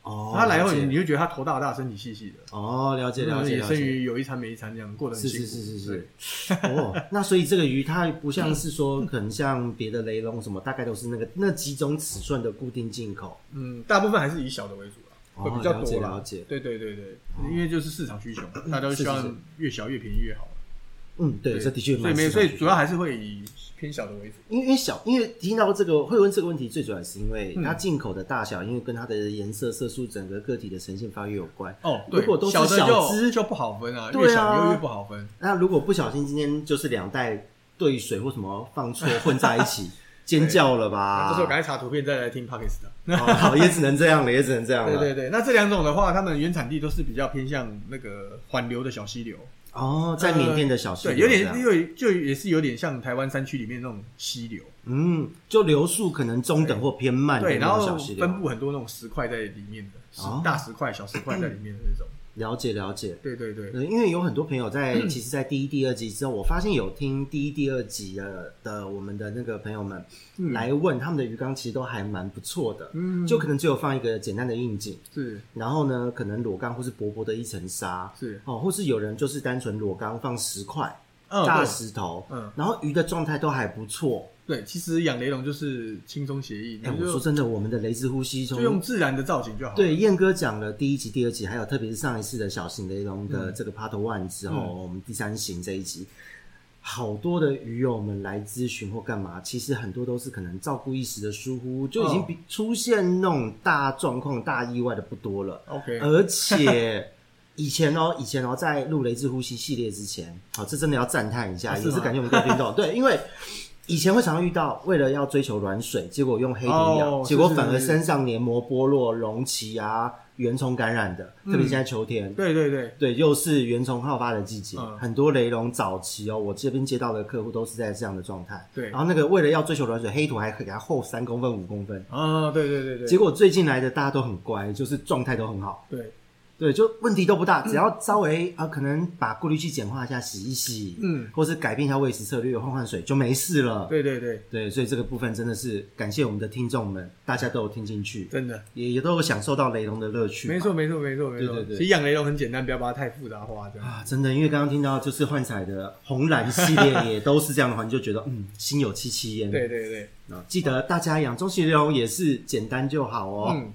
Speaker 1: 哦，
Speaker 2: 它来后
Speaker 1: 了解
Speaker 2: 你就觉得它头大大，身体细细的。
Speaker 1: 哦，了解
Speaker 2: 然
Speaker 1: 了
Speaker 2: 后
Speaker 1: 解
Speaker 2: 野
Speaker 1: 了
Speaker 2: 生
Speaker 1: 解。
Speaker 2: 鱼有一餐没一餐这样过得很
Speaker 1: 是
Speaker 2: 辛苦，
Speaker 1: 是是是
Speaker 2: 对
Speaker 1: 是，哦， 那所以这个鱼它不像是说，可能像别的雷龙什么，大概都是那个那几种尺寸的固定进口。
Speaker 2: 嗯，大部分还是以小的为主啦，
Speaker 1: 哦
Speaker 2: 会比较多啦
Speaker 1: 了解了解哦
Speaker 2: 对对对对，因为就是市场需求嘛，大家都希
Speaker 1: 是是
Speaker 2: 望
Speaker 1: 是
Speaker 2: 越小越便宜越好。
Speaker 1: 嗯，对，这的确
Speaker 2: 所
Speaker 1: 蛮
Speaker 2: 以没有，
Speaker 1: 适合
Speaker 2: 所以
Speaker 1: 去
Speaker 2: 主要还是会以偏小的为主。
Speaker 1: 因为因为小，因为听到这个会问这个问题，最主要也是因为
Speaker 2: 嗯
Speaker 1: 它进口的大小，因为跟它的颜色、色素、整个个体的呈现发育有关。
Speaker 2: 哦，对，
Speaker 1: 如果都是
Speaker 2: 小的就
Speaker 1: 小只
Speaker 2: 就不好分啊，
Speaker 1: 对啊
Speaker 2: 越小越越不好分。
Speaker 1: 那如果不小心今天就是两袋兑水或什么放错混在一起，尖叫了
Speaker 2: 那
Speaker 1: 吧？
Speaker 2: 这时候赶快查图片再来听 podcast 的。
Speaker 1: 哦好，也只能这样了，也只能这样
Speaker 2: 对
Speaker 1: 了。
Speaker 2: 对对，那这两种的话，它们原产地都是比较偏向那个缓流的小溪流，
Speaker 1: 哦，在缅甸的小溪、
Speaker 2: 呃对，有
Speaker 1: 这样
Speaker 2: 点因为就也是有点像台湾山区里面那种溪流，
Speaker 1: 嗯，就流速可能中等或偏慢的
Speaker 2: 对，
Speaker 1: 那
Speaker 2: 然
Speaker 1: 种
Speaker 2: 后
Speaker 1: 小溪流
Speaker 2: 分布很多那种石块在里面的，石
Speaker 1: 哦
Speaker 2: 大石块、小石块在里面的 那种。
Speaker 1: 了解了解。
Speaker 2: 对对对，
Speaker 1: 嗯，因为有很多朋友在，
Speaker 2: 嗯
Speaker 1: 其实，在第一、第二集之后，我发现有听第一、第二集的的我们的那个朋友们、来问他们的鱼缸，其实都还蛮不错的。
Speaker 2: 嗯
Speaker 1: 就可能只有放一个简单的硬景，
Speaker 2: 是
Speaker 1: 然后呢，可能裸缸或是薄薄的一层沙，
Speaker 2: 是，
Speaker 1: 哦，或是有人就是单纯裸缸放石块、
Speaker 2: 嗯，
Speaker 1: 大
Speaker 2: 对
Speaker 1: 石头，
Speaker 2: 嗯
Speaker 1: 然后鱼的状态都还不错。
Speaker 2: 对，其实养雷龙就是轻松协议，
Speaker 1: 哎、
Speaker 2: 你
Speaker 1: 我说
Speaker 2: 就
Speaker 1: 真的，我们的雷之呼吸
Speaker 2: 就用
Speaker 1: 从
Speaker 2: 自然的造景就好了。
Speaker 1: 对燕哥讲了第一集、第二集，还有特别是上一次的小型雷龙的这个 Part One 之后，
Speaker 2: 嗯
Speaker 1: 我们第三型这一集，好多的鱼友们来咨询或干嘛，其实很多都是可能照顾一时的疏忽，就已
Speaker 2: 哦
Speaker 1: 经比、出现那种大状况、大意外的不多了。
Speaker 2: ，OK，
Speaker 1: 而且以前哦，以前哦，在录《雷之呼吸》系列之前，好、这真的要赞叹一下，
Speaker 2: 啊是
Speaker 1: 也是
Speaker 2: 吗
Speaker 1: 感谢我们各位听众。对，因为以前会常遇到，为了要追求软水，结果用黑毒药，
Speaker 2: 哦
Speaker 1: 结果
Speaker 2: 是是
Speaker 1: 反而
Speaker 2: 是
Speaker 1: 身上黏膜剥落、隆起啊、原虫感染的，
Speaker 2: 嗯
Speaker 1: 特别现在秋天。
Speaker 2: 对对对，
Speaker 1: 对，又是原虫好发的季节，
Speaker 2: 嗯
Speaker 1: 很多雷龙早期哦，我这边接到的客户都是在这样的状态。
Speaker 2: 对
Speaker 1: 然后那个为了要追求软水，黑土还可以给它厚三公分、五公分，
Speaker 2: 啊，对对对对，
Speaker 1: 结果最近来的大家都很乖，就是状态都很好。
Speaker 2: 对，
Speaker 1: 对，就问题都不大，
Speaker 2: 嗯
Speaker 1: 只要稍微啊、呃可能把过滤器简化一下，洗一洗，
Speaker 2: 嗯，
Speaker 1: 或是改变一下喂食策略，换换水就没事了。
Speaker 2: 对对对，
Speaker 1: 对，所以这个部分真的是感谢我们的听众们，大家都有听进去，
Speaker 2: 真的，
Speaker 1: 也也都有享受到雷龙的乐趣。
Speaker 2: 没错没错没错没错
Speaker 1: 对对。对
Speaker 2: 其实养雷龙很简单，不要把它太复杂化，这样。
Speaker 1: 啊，真的，因为刚刚听到就是幻彩的红蓝系列也都是这样的话，你就觉得嗯，心有戚戚焉。
Speaker 2: 对对对，
Speaker 1: 啊，记得大家养中型雷龙也是简单就好哦。
Speaker 2: 嗯，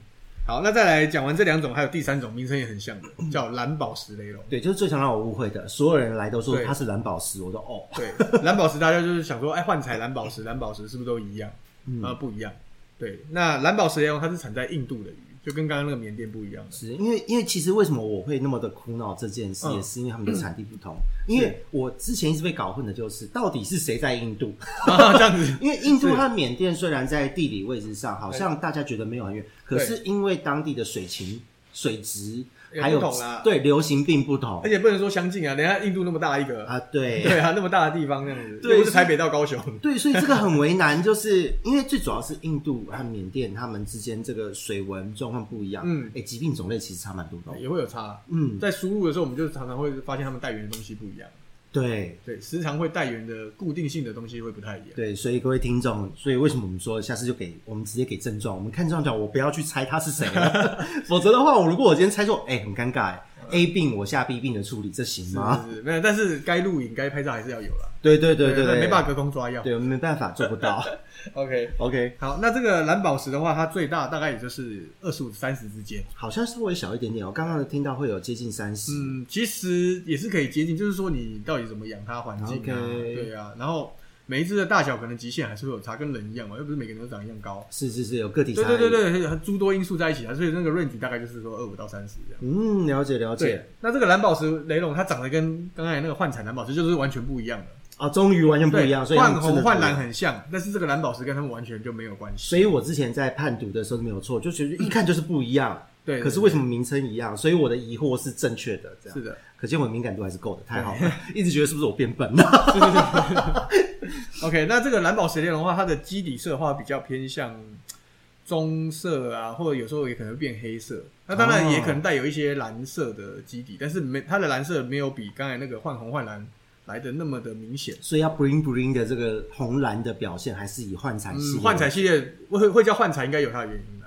Speaker 2: 好，那再来讲完这两种，还有第三种名称也很像的，
Speaker 1: 嗯
Speaker 2: 叫蓝宝石雷龙。
Speaker 1: 对，就是最常让我误会的，所有人来都说
Speaker 2: 对
Speaker 1: 它是蓝宝石，我说哦，
Speaker 2: 对， 蓝宝石大家就是想说，哎，幻彩蓝宝石，蓝宝石是不是都一样？
Speaker 1: 嗯
Speaker 2: 啊，不一样。对，那蓝宝石雷龙它是产在印度的鱼，就跟刚刚那个缅甸不一样的。
Speaker 1: 是因为因为其实为什么我会那么的苦恼这件事，
Speaker 2: 嗯
Speaker 1: 也是因为他们的产地不同。因为我之前一直被搞混的就是，到底是谁在印度？
Speaker 2: 啊，这样子，
Speaker 1: 因为印度和缅甸虽然在地理位置上好像大家觉得没有很远，可是因为当地的水情、水质
Speaker 2: 也
Speaker 1: 还有
Speaker 2: 不同啦
Speaker 1: 对流行病不同
Speaker 2: 而且不能说相近啊，人家印度那么大一个，
Speaker 1: 啊，对
Speaker 2: 对啊，那么大的地方这样子，
Speaker 1: 对
Speaker 2: 又不是台北到高雄，
Speaker 1: 对，所以这个很为难，就是因为最主要是印度和缅甸他们之间这个水文状况不一样，
Speaker 2: 嗯哎
Speaker 1: 哎、疾病种类其实差蛮多的哦，
Speaker 2: 也会有差。啊
Speaker 1: 嗯，
Speaker 2: 在输入的时候，我们就常常会发现他们带源的东西不一样，
Speaker 1: 对。
Speaker 2: 对，时常会带源的固定性的东西会不太一样。
Speaker 1: 对，所以各位听众，所以为什么我们说下次就给我们直接给症状，我们看症状，我不要去猜他是谁 了，否则的话，我如果我今天猜错，哎、很尴尬哎。A 病我下 B 病的处理，这行吗？
Speaker 2: 是是是，没有，但是该录影、该拍照还是要有啦。
Speaker 1: 对对对对，
Speaker 2: 没办法隔空抓药。
Speaker 1: 对，我们没办法做不 到。
Speaker 2: OK，
Speaker 1: OK，
Speaker 2: 好，那这个蓝宝石的话，它最大大概也就是二十五三十之间。
Speaker 1: 好像稍微小一点点哦。刚刚听到会有接近三十、
Speaker 2: 嗯，其实也是可以接近，就是说你到底怎么养它，环境啊
Speaker 1: OK
Speaker 2: 对啊，然后每一只的大小可能极限还是会有差，跟人一样嘛，又不是每个人都长一样高。
Speaker 1: 是是是，有个体差
Speaker 2: 对
Speaker 1: 异。
Speaker 2: 对对，对，诸多因素在一起啊，所以那个 range 大概就是说二五到三十这样。
Speaker 1: 嗯，了解了
Speaker 2: 对
Speaker 1: 解。，
Speaker 2: 那这个蓝宝石雷龙它长得跟刚才那个幻彩蓝宝石就是完全不一样的，
Speaker 1: 啊，终于完全不
Speaker 2: 对，
Speaker 1: 一样，所以他
Speaker 2: 幻
Speaker 1: 们真的不
Speaker 2: 红
Speaker 1: 一
Speaker 2: 幻
Speaker 1: 样
Speaker 2: 蓝很像，但是这个蓝宝石跟他们完全就没有关系。
Speaker 1: 所以我之前在判读的时候没有错，就觉得一看就是不一样。
Speaker 2: 对对
Speaker 1: 可是为什么名称一样？所以我的疑惑是正确的，这样
Speaker 2: 是。的，
Speaker 1: 可见我的敏感度还是够的，太好了。 一直觉得是不是我变笨啊 了？
Speaker 2: 对对对。OK，那这个蓝宝石猎龙的话，它的基底色的话比较偏向棕色啊，或者有时候也可能变黑色。那当然
Speaker 1: 哦
Speaker 2: 也可能带有一些蓝色的基底，但是没它的蓝色没有比刚才那个幻红幻蓝来的那么的明显。
Speaker 1: 所以要 bling bling 的这个红蓝的表现，还是以幻彩系、
Speaker 2: 嗯，幻彩。系列会会叫幻彩，应该有它的原因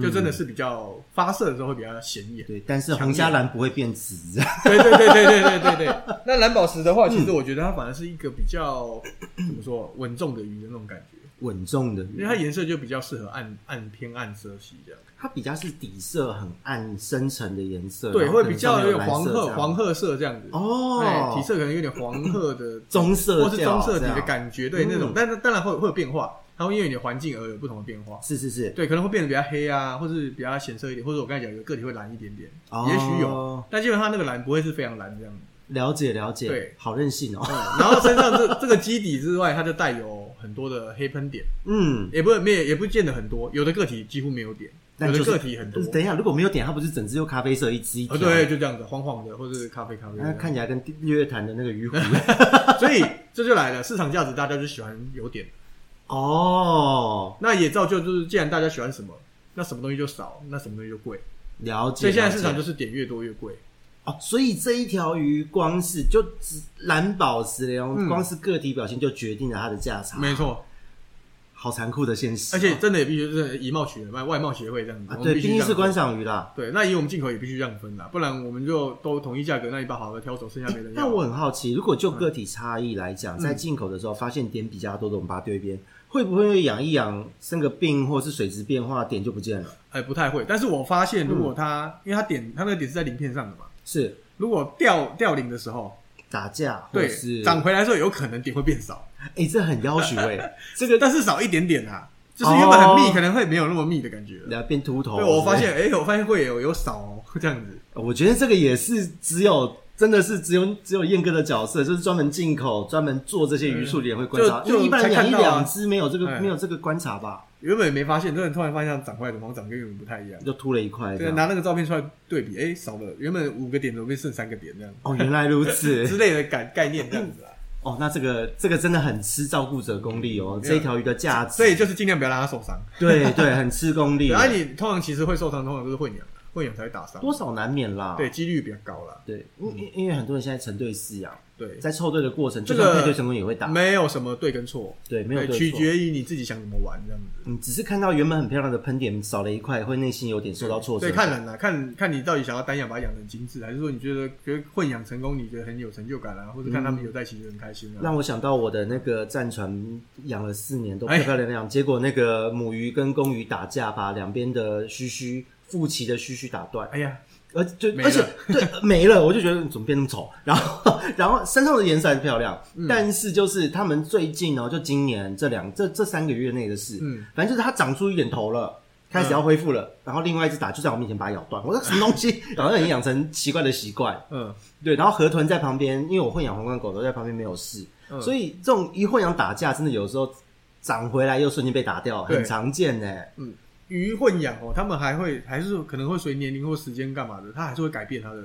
Speaker 2: 的、就真的是比较发射的时候会比较显眼。
Speaker 1: 对，但是红加蓝不会变紫，啊
Speaker 2: 对对对对对对对对。那蓝宝石的话，其实我觉得它反而是一个比较、怎么说稳重的鱼的那种感觉。
Speaker 1: 稳重的
Speaker 2: 因为它颜色就比较适合暗暗偏暗色系这样，
Speaker 1: 它比较是底色很暗深沉的颜色，
Speaker 2: 对，
Speaker 1: 然后
Speaker 2: 会
Speaker 1: 可
Speaker 2: 比
Speaker 1: 能
Speaker 2: 较
Speaker 1: 上面
Speaker 2: 有
Speaker 1: 有蓝
Speaker 2: 黄
Speaker 1: 色这
Speaker 2: 褐
Speaker 1: 样
Speaker 2: 黄褐色这样子，
Speaker 1: 哦
Speaker 2: 哎，，体色可能有点黄褐的
Speaker 1: 棕 色
Speaker 2: 或是棕色底
Speaker 1: 调这
Speaker 2: 的
Speaker 1: 样
Speaker 2: 感觉，对
Speaker 1: 嗯
Speaker 2: 那种，但是当然会会有变化，它会因为你的环境而有不同的变化，
Speaker 1: 是是是，
Speaker 2: 对，可能会变得比较黑啊，或是比较显色一点，或者我刚才讲有个体会蓝一点点
Speaker 1: 哦，
Speaker 2: 也许有，但基本上那个蓝不会是非常蓝这样子，
Speaker 1: 了解了解，
Speaker 2: 对
Speaker 1: 好任性哦。
Speaker 2: 嗯然后身上这这个基底之外，它就带有很多的黑喷点，
Speaker 1: 嗯，
Speaker 2: 也不没也不见得很多，有的个体几乎没有点，
Speaker 1: 但
Speaker 2: 有
Speaker 1: 就
Speaker 2: 的
Speaker 1: 是
Speaker 2: 个体很多。
Speaker 1: 等一下，如果没有点，它不是整只用咖啡色一只一条？
Speaker 2: 啊，
Speaker 1: 啊
Speaker 2: 对，就这样子，黄黄的，或者是咖啡咖啡的。
Speaker 1: 那看起来跟日月潭的那个 鱼湖
Speaker 2: 所以这就来了，市场价值大家就喜欢有点，
Speaker 1: 哦，
Speaker 2: 那也造就就是，既然大家喜欢什么，那什么东西就少，那什么东西就贵。
Speaker 1: 了解。
Speaker 2: 所以现在市
Speaker 1: 了
Speaker 2: 场
Speaker 1: 解
Speaker 2: 就是点越多越贵。
Speaker 1: 哦，所以这一条鱼光是就只蓝宝石雷
Speaker 2: 嗯
Speaker 1: 龙，光是个体表现就决定了它的价差，
Speaker 2: 没，错，
Speaker 1: 好残酷的现实。
Speaker 2: 而且真的也必须是以貌取人，外外貌协会这样子。
Speaker 1: 啊
Speaker 2: 我，们
Speaker 1: 对，毕
Speaker 2: 必须这
Speaker 1: 竟
Speaker 2: 样
Speaker 1: 是
Speaker 2: 做
Speaker 1: 观赏鱼啦。
Speaker 2: 对，那以我们进口也必须这样分啦，不然我们就都统一价格，那你把好的挑走，剩下没人要。
Speaker 1: 但我很好奇，如果
Speaker 2: 嗯
Speaker 1: 就个体差异来讲，在进口的时候发现点比较多的，我们把它丢一边，会不会养一养生个病或是水质变化，点就不见了？
Speaker 2: 哎、不太会，但是我发
Speaker 1: 嗯
Speaker 2: 现如果它，因为它点它那个点是在鳞片上的嘛，
Speaker 1: 是
Speaker 2: 如果掉掉鳞的时候，
Speaker 1: 打架，或
Speaker 2: 对，
Speaker 1: 是
Speaker 2: 长回来的时候有可能点会变少，
Speaker 1: 哎、这很要求 哎，
Speaker 2: 这个但是少一点点啊，就是原本很密，
Speaker 1: 哦
Speaker 2: 可能会没有那么密的感觉了。
Speaker 1: 然后变秃头。
Speaker 2: 对，我发现，哎、我发现会有有少、哦、这样子，
Speaker 1: 我觉得这个也是只有真的是只有只有燕哥的角色，就是专门进口、专门做这些鱼处理人会观察，
Speaker 2: 就
Speaker 1: 因为一般人养一
Speaker 2: 就才看到啊
Speaker 1: 两只没有这个、
Speaker 2: 哎
Speaker 1: 没有这个观察吧，
Speaker 2: 原本没发现，真的突然发现它长回来，怎么好像长跟原本不太一样？
Speaker 1: 就秃了一块这
Speaker 2: 对，
Speaker 1: 样。
Speaker 2: 拿那个照片出来对比，哎、少了，原本五个点，怎么变剩三个点这样
Speaker 1: 哦，原来如
Speaker 2: 之
Speaker 1: 此。
Speaker 2: 类的概概念这样子啊。
Speaker 1: 哦，那这个这个真的很吃照顾者功力哦，这一条鱼的价值。
Speaker 2: 所以就是尽量不要让它受伤。
Speaker 1: 对对，很吃功 力。
Speaker 2: 然后啊你通常其实会受伤，通常都是混养，混养才会打伤，
Speaker 1: 多少难免啦。
Speaker 2: 对，几率比较高啦。
Speaker 1: 对，因因因为很多人现在成对饲养，
Speaker 2: 对，
Speaker 1: 在凑对的过程，
Speaker 2: 这
Speaker 1: 就
Speaker 2: 个
Speaker 1: 算配对成功也会打。
Speaker 2: 没有什么对跟错，
Speaker 1: 对，没有对错
Speaker 2: 取。决于你自己想怎么玩这样子。
Speaker 1: 嗯，只是看到原本很漂亮的喷点少了一块，会内心有点受到挫折。
Speaker 2: 对，看人啦，看看你到底想要单养把它养得很精致，还是说你觉得觉得混养成功，你觉得很有成就感啊，或者看他们有在一起就很开心啊。
Speaker 1: 让我想到我的那个战船养了四年
Speaker 2: 哎
Speaker 1: 都漂漂亮亮，结果那个母鱼跟公鱼打架，把两边的须须腹鳍的须须打断，
Speaker 2: 哎呀，
Speaker 1: 而就
Speaker 2: 没了
Speaker 1: 而且对呃没了，我就觉得怎么变那么丑。然后 然后身上的颜色很漂亮，
Speaker 2: 嗯
Speaker 1: 但是就是他们最近哦，就今年这两这这三个月内的事，
Speaker 2: 嗯
Speaker 1: 反正就是它长出一点头了。开始要恢复了，然后另外一只打就在我面前把它咬断，我说什么东西？ 然后已经养成奇怪的习惯，
Speaker 2: 嗯，
Speaker 1: 对，然后河豚在旁边，因为我混养皇冠狗都在旁边没有事，
Speaker 2: 嗯
Speaker 1: 所以这种一混养打架，真的有时候长回来又瞬间被打掉，
Speaker 2: 对
Speaker 1: 很常见呢。
Speaker 2: 鱼混养哦，他们还会还是可能会随年龄或时间干嘛的，它还是会改变它的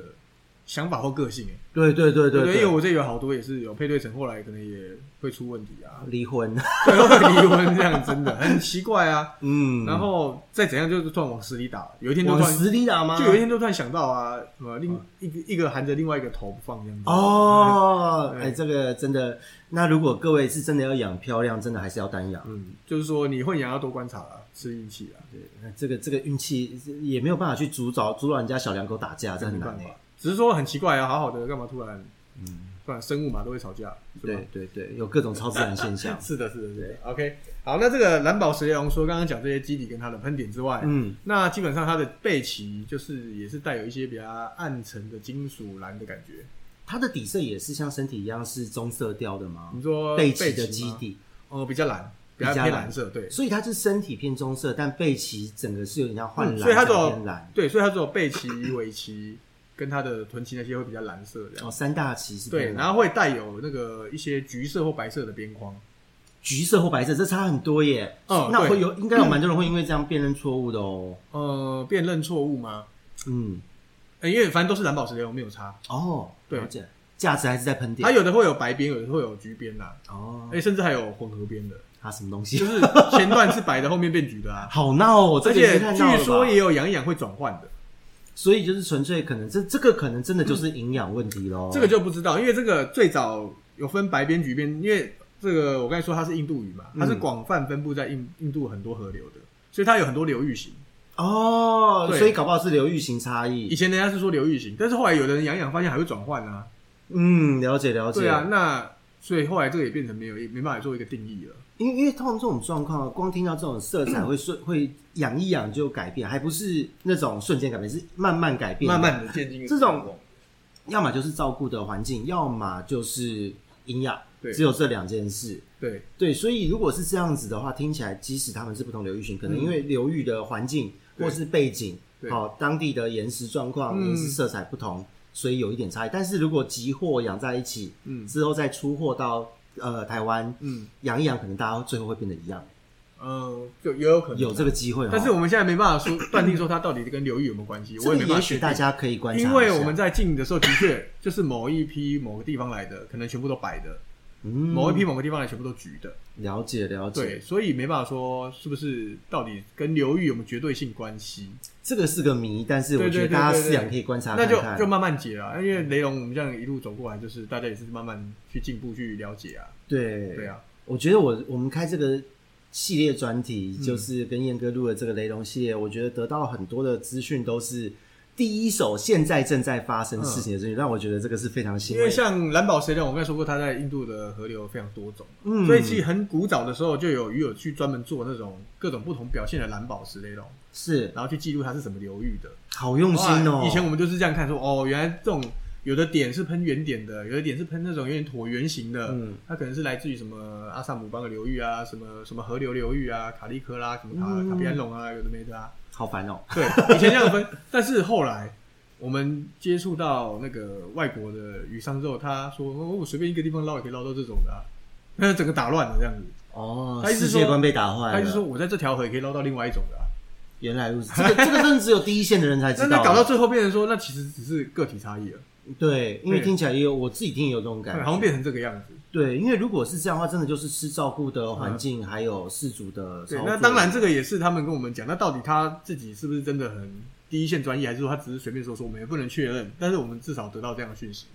Speaker 2: 想法或个性。哎
Speaker 1: 对对对
Speaker 2: 对
Speaker 1: 对
Speaker 2: 因为我这有好多也是有配对成，后来可能也会出问题啊，
Speaker 1: 离婚，
Speaker 2: 最后离婚这样，真的很奇怪啊。
Speaker 1: 嗯，
Speaker 2: 然后再怎样，就是突然往死里打。有一天就突
Speaker 1: 往
Speaker 2: 然，
Speaker 1: 死里打吗？
Speaker 2: 就有一天就突然想到啊，什么另一个一个含着另外一个头不放这样子。
Speaker 1: 哦，
Speaker 2: 嗯对
Speaker 1: 哎，这个真的，那如果各位是真的要养漂亮，真的还是要单养。
Speaker 2: 嗯，就是说你混养要多观察啦，吃运气啊啦，
Speaker 1: 那这个这个运气也没有办法去阻扰阻扰人家小两口打架，这
Speaker 2: 没
Speaker 1: 很
Speaker 2: 办
Speaker 1: 难
Speaker 2: 法
Speaker 1: 哎。。
Speaker 2: 只是说很奇怪啊，好好的干嘛突然，嗯突然生物嘛都会吵架，是吧
Speaker 1: 对？对对，有各种超自然现
Speaker 2: 。
Speaker 1: 象
Speaker 2: 是的，是的，是的。OK，好，那这个蓝宝石雷龙说，刚刚讲这些基底跟它的喷点之外，
Speaker 1: 嗯，
Speaker 2: 那基本上它的背鳍就是也是带有一些比较暗沉的金属蓝的感觉。
Speaker 1: 它的底色也是像身体一样是棕色调的吗
Speaker 2: 你？说
Speaker 1: 背
Speaker 2: 鳍
Speaker 1: 鳍的基
Speaker 2: 吗，
Speaker 1: 底，
Speaker 2: 哦，比较蓝，比较
Speaker 1: 比较
Speaker 2: 偏
Speaker 1: 蓝
Speaker 2: 蓝色，对，
Speaker 1: 所以它是身体偏棕色，但背鳍整个是有点像
Speaker 2: 嗯
Speaker 1: 幻蓝，
Speaker 2: 所以它只
Speaker 1: 像偏
Speaker 2: 有
Speaker 1: 蓝。
Speaker 2: 对，所以它只有背鳍、尾鳍跟它的臀鳍那些会比较蓝色这样。
Speaker 1: 哦，三大鳍是
Speaker 2: 对，
Speaker 1: 偏蓝
Speaker 2: 然后会带有那个一些橘色或白色的边框。
Speaker 1: 橘色或白色，这差很多耶。
Speaker 2: 嗯
Speaker 1: 那
Speaker 2: 对
Speaker 1: 会有应该有蛮多人会因为这样辨认错误的哦。
Speaker 2: 呃，辨认错误吗？
Speaker 1: 嗯，
Speaker 2: 呃因为反正都是蓝宝石雷龙，没有差。
Speaker 1: 哦，
Speaker 2: 对
Speaker 1: 了解，价值还是在喷
Speaker 2: 它
Speaker 1: 点。
Speaker 2: 有的会有白边，有的会有橘边啦、
Speaker 1: 哦
Speaker 2: 哎、，甚至还有混合边 的，
Speaker 1: 它什么东
Speaker 2: 就
Speaker 1: 西？
Speaker 2: 是前段是白的，后面变橘 的啊。
Speaker 1: 好闹哦，这
Speaker 2: 而
Speaker 1: 个也
Speaker 2: 且
Speaker 1: 是太闹了吧
Speaker 2: 据说也，有养一养会转换的，
Speaker 1: 所以就是纯粹可能这这个可能真的就是营养问题喽。
Speaker 2: 这个就不知道，因为这个最早有分白边、橘边，因为这个我刚才说它是印度鱼嘛，它是
Speaker 1: 嗯
Speaker 2: 广泛分布在印印度很多河流的，所以它有很多流域型。
Speaker 1: 哦，
Speaker 2: 对
Speaker 1: 所以搞不好是流域型差
Speaker 2: 以
Speaker 1: 异。
Speaker 2: 前人家是说流域型，但是后来有的人养一养发现还会转换啊，
Speaker 1: 嗯，了解了解。
Speaker 2: 对啊，那所以后来这个也变成没有也没办法做一个定义了。
Speaker 1: 因为因为通常这种状况，光听到这种色彩会瞬会养一养就改变，还不是那种瞬间改变，是慢慢改变。，
Speaker 2: 的渐进
Speaker 1: 这种要么就是照顾的环境，要么就是营养，
Speaker 2: 对
Speaker 1: 只有这两件事。
Speaker 2: 对
Speaker 1: 对，所以如果是这样子的话，听起来即使他们是不同流域群，可能因为流域的环境
Speaker 2: 嗯对
Speaker 1: 或是背景，
Speaker 2: 对
Speaker 1: 好、当地的岩石状况、
Speaker 2: 嗯
Speaker 1: 岩石色彩不同，所以有一点差异。但是如果集货养在一起，
Speaker 2: 嗯
Speaker 1: 之后再出货到呃台湾
Speaker 2: 嗯
Speaker 1: 养一养，可能大家最后会变得一样，
Speaker 2: 嗯，就也有可能
Speaker 1: 有这个，机会哦。
Speaker 2: 但是我们现在没办法说断定说它到底跟流域有没有关系，
Speaker 1: 这
Speaker 2: 我
Speaker 1: 个
Speaker 2: 也没办
Speaker 1: 也
Speaker 2: 法
Speaker 1: 许
Speaker 2: 确
Speaker 1: 大
Speaker 2: 定。
Speaker 1: 家可以观察一下，
Speaker 2: 因为我们在进的时候，的确 就是某一批某个地方来的，可能全部都白的；
Speaker 1: 嗯
Speaker 2: 某一批某个地方来，全部都橘的。
Speaker 1: 了解了
Speaker 2: 对，
Speaker 1: 解，
Speaker 2: 所以没办法说是不是到底跟流域有没有绝对性关系，
Speaker 1: 这个是个谜，但是我觉
Speaker 2: 对对
Speaker 1: 得
Speaker 2: 对
Speaker 1: 大家
Speaker 2: 对对
Speaker 1: 饲养可以观察
Speaker 2: 那
Speaker 1: 看
Speaker 2: 就
Speaker 1: 看。
Speaker 2: 就慢慢解啊。因为雷龙我们这样一路走过来，就是大家也是慢慢去进步去了解啊。
Speaker 1: 对
Speaker 2: 对，啊，
Speaker 1: 我觉得我我们开这个系列专题，
Speaker 2: 嗯
Speaker 1: 就是跟燕哥录的这个雷龙系列，我觉得得到很多的资讯都是第一手，现在正在发生事情的资讯，让我觉得这个是非常欣
Speaker 2: 因
Speaker 1: 慰
Speaker 2: 为。像蓝宝石雷龙，我刚才说过，它在印度的河流非常多种，
Speaker 1: 嗯
Speaker 2: 所以其实很古早的时候就有鱼友去专门做那种各种不同表现的蓝宝石雷龙，
Speaker 1: 是
Speaker 2: 然后去记录它是什么流域的。
Speaker 1: 好用心哦
Speaker 2: 啊哇。以前我们就是这样看说，哦，原来这种有的点是喷圆点的，有的点是喷那种有点椭圆形的，
Speaker 1: 嗯
Speaker 2: 它可能是来自于什么阿萨姆邦的流域啊，什么什么河流流域啊，卡利科拉，什么卡、
Speaker 1: 嗯
Speaker 2: 卡皮安龙啊，有的没的啊。
Speaker 1: 好烦哦，
Speaker 2: 对，以前这样分， 但是后来我们接触到那个外国的鱼商之后，他说、哦我随便一个地方捞也可以捞到这种的、啊，那整个打乱了这样子。
Speaker 1: 哦，
Speaker 2: 他一直
Speaker 1: 世
Speaker 2: 说
Speaker 1: 界观被打坏了。
Speaker 2: 他就说我在这条河也可以捞到另外一种的、啊，
Speaker 1: 原来如此，这个这个真的只有第一线的人才知
Speaker 2: 那
Speaker 1: 道。啊
Speaker 2: 那搞到最后变成说，那其实只是个体差异了，
Speaker 1: 对，因为
Speaker 2: 对
Speaker 1: 听起来也有我自己听也有这种感觉，
Speaker 2: 好像变成这个样子。
Speaker 1: 对，因为如果是这样的话，真的就是吃照顾的环境，还有事主的操
Speaker 2: 对，
Speaker 1: 作。
Speaker 2: 那当然这个也是他们跟我们讲，那到底他自己是不是真的很第一线专业，还是说他只是随便说说，我们也不能确认。但是我们至少得到这样的讯息。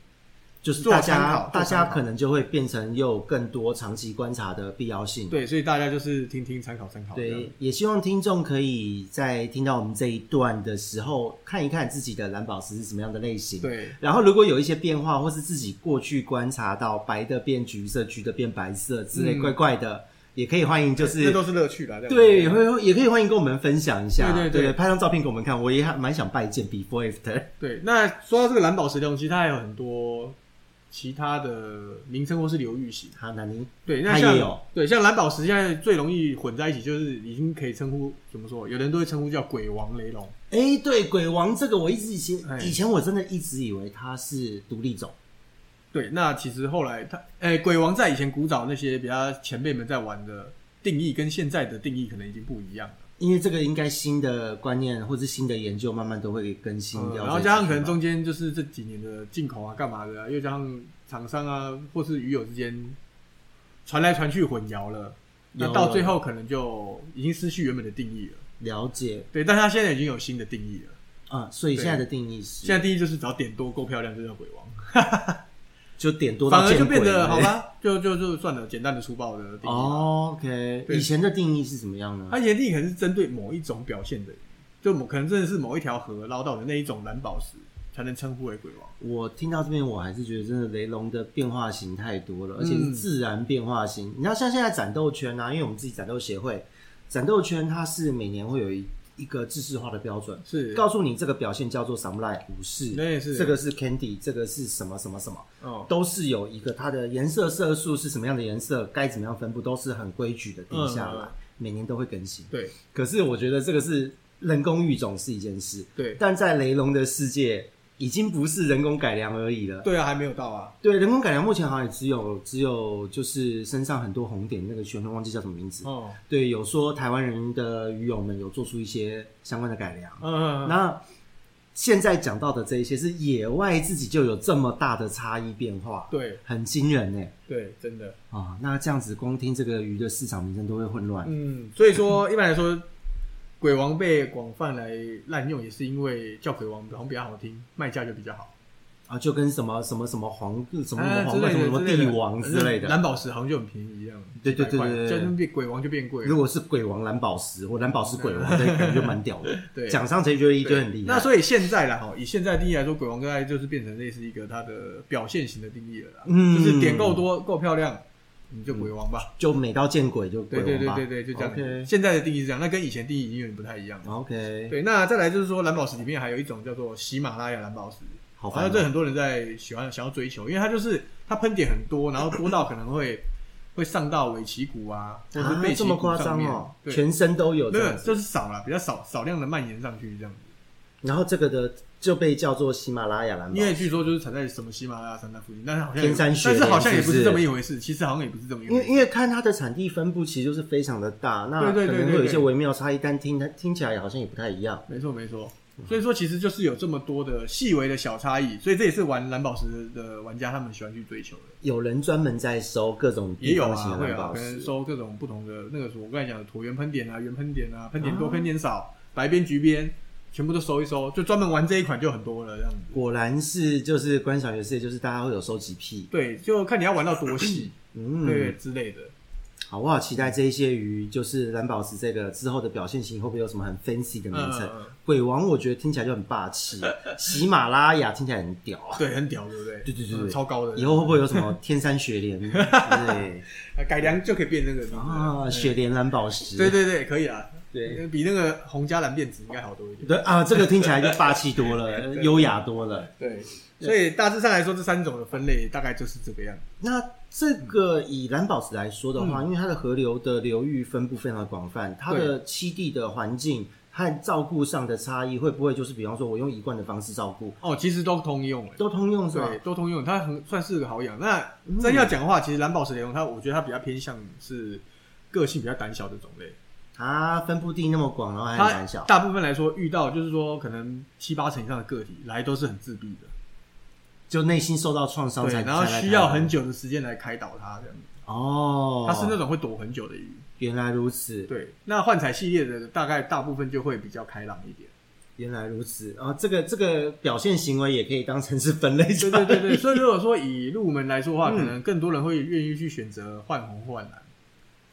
Speaker 1: 就是
Speaker 2: 做
Speaker 1: 大
Speaker 2: 参考
Speaker 1: 家
Speaker 2: 做
Speaker 1: 大
Speaker 2: 参
Speaker 1: 家
Speaker 2: 考
Speaker 1: 可能就会变成有更多长期观察的必要性。
Speaker 2: 对，所以大家就是听听参考参考。这样
Speaker 1: 对，也希望听众可以在听到我们这一段的时候，看一看自己的蓝宝石是什么样的类型。。
Speaker 2: 对，
Speaker 1: 然后，如果有一些变化，或是自己过去观察到白的变橘色、橘的变白色之类
Speaker 2: 嗯
Speaker 1: 怪怪的，也可以欢迎，就
Speaker 2: 这
Speaker 1: 是
Speaker 2: 都是乐趣啦。这样
Speaker 1: 对，也会也可以欢迎跟我们分享一下，
Speaker 2: 对对对
Speaker 1: 拍张照片给我们看，我也还蛮想拜见 before after。
Speaker 2: 对。那说到这个蓝宝石流，其实它还有很多其他的名称或是流域型。
Speaker 1: 好，那你
Speaker 2: 对，那
Speaker 1: 它
Speaker 2: 像
Speaker 1: 也有
Speaker 2: 对像蓝宝石现在最容易混在一起，就是已经可以称呼怎么说？有人都会称呼叫鬼王雷龙。
Speaker 1: 哎、对，鬼王这个我一直以
Speaker 2: 哎
Speaker 1: 前以前我真的一直以为它是独立种，
Speaker 2: 对，那其实后来他，诶、鬼王在以前古早那些比较前辈们在玩的定义，跟现在的定义可能已经不一样了。
Speaker 1: 因为这个应该新的观念或是新的研究慢慢都会更新
Speaker 2: 嗯
Speaker 1: 掉、
Speaker 2: 然后加上可能
Speaker 1: 中
Speaker 2: 中间就是这几年的进口啊、干嘛的、啊，又加上厂商啊或是鱼友之间传来传去混淆了，那
Speaker 1: 有
Speaker 2: 到
Speaker 1: 了
Speaker 2: 最后可能就已经失去原本的定义了。
Speaker 1: 了解
Speaker 2: 对，但他现在已经有新的定义了。
Speaker 1: 啊、所以
Speaker 2: 对
Speaker 1: 现在的定义是
Speaker 2: 现在定义就是只要点多够漂亮就叫鬼王，
Speaker 1: 就点多
Speaker 2: 反
Speaker 1: 到
Speaker 2: 而就
Speaker 1: 见鬼
Speaker 2: 变得
Speaker 1: 了欸
Speaker 2: 好。吧，就就就算了，简单的粗暴的定义。
Speaker 1: 哦 OK，
Speaker 2: 对
Speaker 1: 以前的定义是怎么样呢
Speaker 2: 它？原定可能是针对某一种表现的鱼，就某可能真的是某一条河捞到的那一种蓝宝石，才能称呼为鬼王。
Speaker 1: 我听到这边，我还是觉得真的雷龙的变化型太多
Speaker 2: 嗯
Speaker 1: 了，而且是自然变化型。你知道，像现在战斗圈啊，因为我们自己战斗协会，战斗圈它是每年会有一一个制式化的标准，
Speaker 2: 是，
Speaker 1: 告诉你这个表现叫做 samurai 武
Speaker 2: 那
Speaker 1: 士，
Speaker 2: 也是
Speaker 1: 这个是 candy，这个是什么什么什么，
Speaker 2: 哦，
Speaker 1: 都是有一个它的颜色色素是什么样的颜色，该怎么样分布，都是很规矩的定下来，
Speaker 2: 嗯
Speaker 1: 每年都会更新。
Speaker 2: 对
Speaker 1: 可是我觉得这个是人工育种是一件事，
Speaker 2: 对
Speaker 1: 但在雷龙的世界，已经不是人工改良而已了。
Speaker 2: 对啊，还没有到啊。
Speaker 1: 对，人工改良目前好像也只有只有就是身上很多红点那个旋风忘记叫什么名字。
Speaker 2: 哦，
Speaker 1: 对，有说台湾人的鱼友们有做出一些相关的改良。
Speaker 2: 嗯，
Speaker 1: 那现在讲到的这一些是野外自己就有这么大的差异变化，
Speaker 2: 对
Speaker 1: 很惊人呢、
Speaker 2: 对，真的。
Speaker 1: 啊、那这样子光听这个鱼的市场名称都会混乱。
Speaker 2: 嗯，所以说一般来说，鬼王被广泛来滥用，也是因为叫鬼王好像比较好听，卖价就比较好。
Speaker 1: 啊，就跟什么什么什么皇什么
Speaker 2: 啊
Speaker 1: 皇冠、
Speaker 2: 之
Speaker 1: 什
Speaker 2: 类
Speaker 1: 么
Speaker 2: 的
Speaker 1: 什么
Speaker 2: 之类
Speaker 1: 帝
Speaker 2: 的嗯
Speaker 1: 王之类的，
Speaker 2: 蓝宝石好像就很便宜一样。
Speaker 1: 对对对
Speaker 2: 100块
Speaker 1: 对对对
Speaker 2: 就变鬼王就变贵了。
Speaker 1: 如果是鬼王蓝宝石或蓝宝石鬼 王，这感觉就蛮屌的。
Speaker 2: 对
Speaker 1: 讲上谁觉得一堆
Speaker 2: 对，
Speaker 1: 很厉害。
Speaker 2: 那所以现在啦，哈，以现在定义来说，鬼王大概就是变成类似一个它的表现型的定义了啦，
Speaker 1: 嗯
Speaker 2: 就是点够多、够漂亮，你就鬼王吧。
Speaker 1: 就美到见鬼就嗯鬼
Speaker 2: 对
Speaker 1: 王吧
Speaker 2: 对对对对，就这样。
Speaker 1: OK
Speaker 2: 现在的定义是这样，那跟以前定义已经有点不太一样了。
Speaker 1: OK，
Speaker 2: 对，那再来就是说，蓝宝石里面还有一种叫做喜马拉雅蓝宝石，
Speaker 1: 好
Speaker 2: 然
Speaker 1: 烦
Speaker 2: 后
Speaker 1: 哦。
Speaker 2: 这很多人在喜欢想要追求，因为它就是它喷点很多，然后多到可能会会上到尾鳍骨啊，或者是
Speaker 1: 啊
Speaker 2: 背，
Speaker 1: 这
Speaker 2: 鳍
Speaker 1: 么
Speaker 2: 骨
Speaker 1: 夸
Speaker 2: 上
Speaker 1: 张
Speaker 2: 面。
Speaker 1: 哦，
Speaker 2: 对，
Speaker 1: 全身都有
Speaker 2: 没
Speaker 1: 这
Speaker 2: 有
Speaker 1: 样子。
Speaker 2: 就是少了，比较少少量的蔓延上去这样子。
Speaker 1: 然后这个的就被叫做喜马拉雅蓝宝
Speaker 2: 因为
Speaker 1: 石，
Speaker 2: 据说就是产在什么喜马拉雅山那附近，但是好像
Speaker 1: 天山雪
Speaker 2: 但
Speaker 1: 莲
Speaker 2: 是好像也不
Speaker 1: 是不是
Speaker 2: 这么一回事。其实好像也不是这么一
Speaker 1: 因
Speaker 2: 回
Speaker 1: 为
Speaker 2: 事。
Speaker 1: 因为看它的产地分布其实就是非常的大，那可
Speaker 2: 对对对
Speaker 1: 能会
Speaker 2: 对
Speaker 1: 有
Speaker 2: 对
Speaker 1: 一些微妙差异，但听它听起来好像也不太一样。
Speaker 2: 没错没错，所以说其实就是有这么多的细微的小差异，所以这也是玩蓝宝石的玩家他们喜欢去追求的。
Speaker 1: 有人专门在收各种
Speaker 2: 也
Speaker 1: 地
Speaker 2: 有
Speaker 1: 方
Speaker 2: 啊，
Speaker 1: 型的
Speaker 2: 会
Speaker 1: 蓝
Speaker 2: 啊，
Speaker 1: 宝
Speaker 2: 可能
Speaker 1: 石，
Speaker 2: 收各种不同的那个什么，我刚才讲的椭圆喷点啊、圆喷点啊、喷点多、喷点少、白边、橘边，全部都收一收，就专门玩这一款就很多了这样子。
Speaker 1: 果然是就是观赏游戏，就是大家会有收集癖。
Speaker 2: 对，就看你要玩到多细，
Speaker 1: 嗯，
Speaker 2: 对之类的。
Speaker 1: 好，我好期待这一些鱼，就是蓝宝石这个之后的表现型，会不会有什么很 fancy 的名称？
Speaker 2: 嗯嗯嗯
Speaker 1: 鬼王我觉得听起来就很霸气，喜马拉雅听起来很屌，
Speaker 2: 对，很屌，对不对？
Speaker 1: 对对对
Speaker 2: 嗯
Speaker 1: 对
Speaker 2: 超高的。
Speaker 1: 以后会不会有什么天山雪莲？对
Speaker 2: 呃改良就可以变那个 名字了
Speaker 1: 啊，
Speaker 2: 对
Speaker 1: 雪莲蓝宝石，
Speaker 2: 对对对，可以啊。
Speaker 1: 对
Speaker 2: 比那个红加蓝变紫应该好多一点。
Speaker 1: 对啊，这个听起来就霸气多了，
Speaker 2: 对
Speaker 1: 优雅多了。
Speaker 2: 对，所以大致上来说，这三种的分类大概就是这个样子。
Speaker 1: 那这个以蓝宝石来说的
Speaker 2: 嗯
Speaker 1: 话，因为它的河流的流域分布非常的广泛，它的栖地的环境和照顾上的差异，会不会就是比方说我用一贯的方式照顾，
Speaker 2: 哦，其实都通用、欸，
Speaker 1: 都通用是吧？
Speaker 2: 对，都通用，它很算是个好养。那
Speaker 1: 嗯
Speaker 2: 真要讲的话，其实蓝宝石雷龙它，我觉得它比较偏向是个性比较胆小的种类。
Speaker 1: 它分布地那么广，然后还很
Speaker 2: 它
Speaker 1: 胆小，
Speaker 2: 大部分来说遇到就是说可能七八成以上的个体来都是很自闭的，
Speaker 1: 就内心受到创伤
Speaker 2: 对，
Speaker 1: 才
Speaker 2: 然后
Speaker 1: 才来
Speaker 2: 需要
Speaker 1: 台湾
Speaker 2: 很久的时间来开导它这样。
Speaker 1: 哦。
Speaker 2: 它是那种会躲很久的鱼。
Speaker 1: 原来如此，
Speaker 2: 对，那幻彩系列的大概大部分就会比较开朗一点。
Speaker 1: 原来如此啊！这个这个表现行为也可以当成是分类
Speaker 2: 对
Speaker 1: 出来，
Speaker 2: 对对对，所以如果说以入门来说的话，
Speaker 1: 嗯
Speaker 2: 可能更多人会愿意去选择换红或换蓝。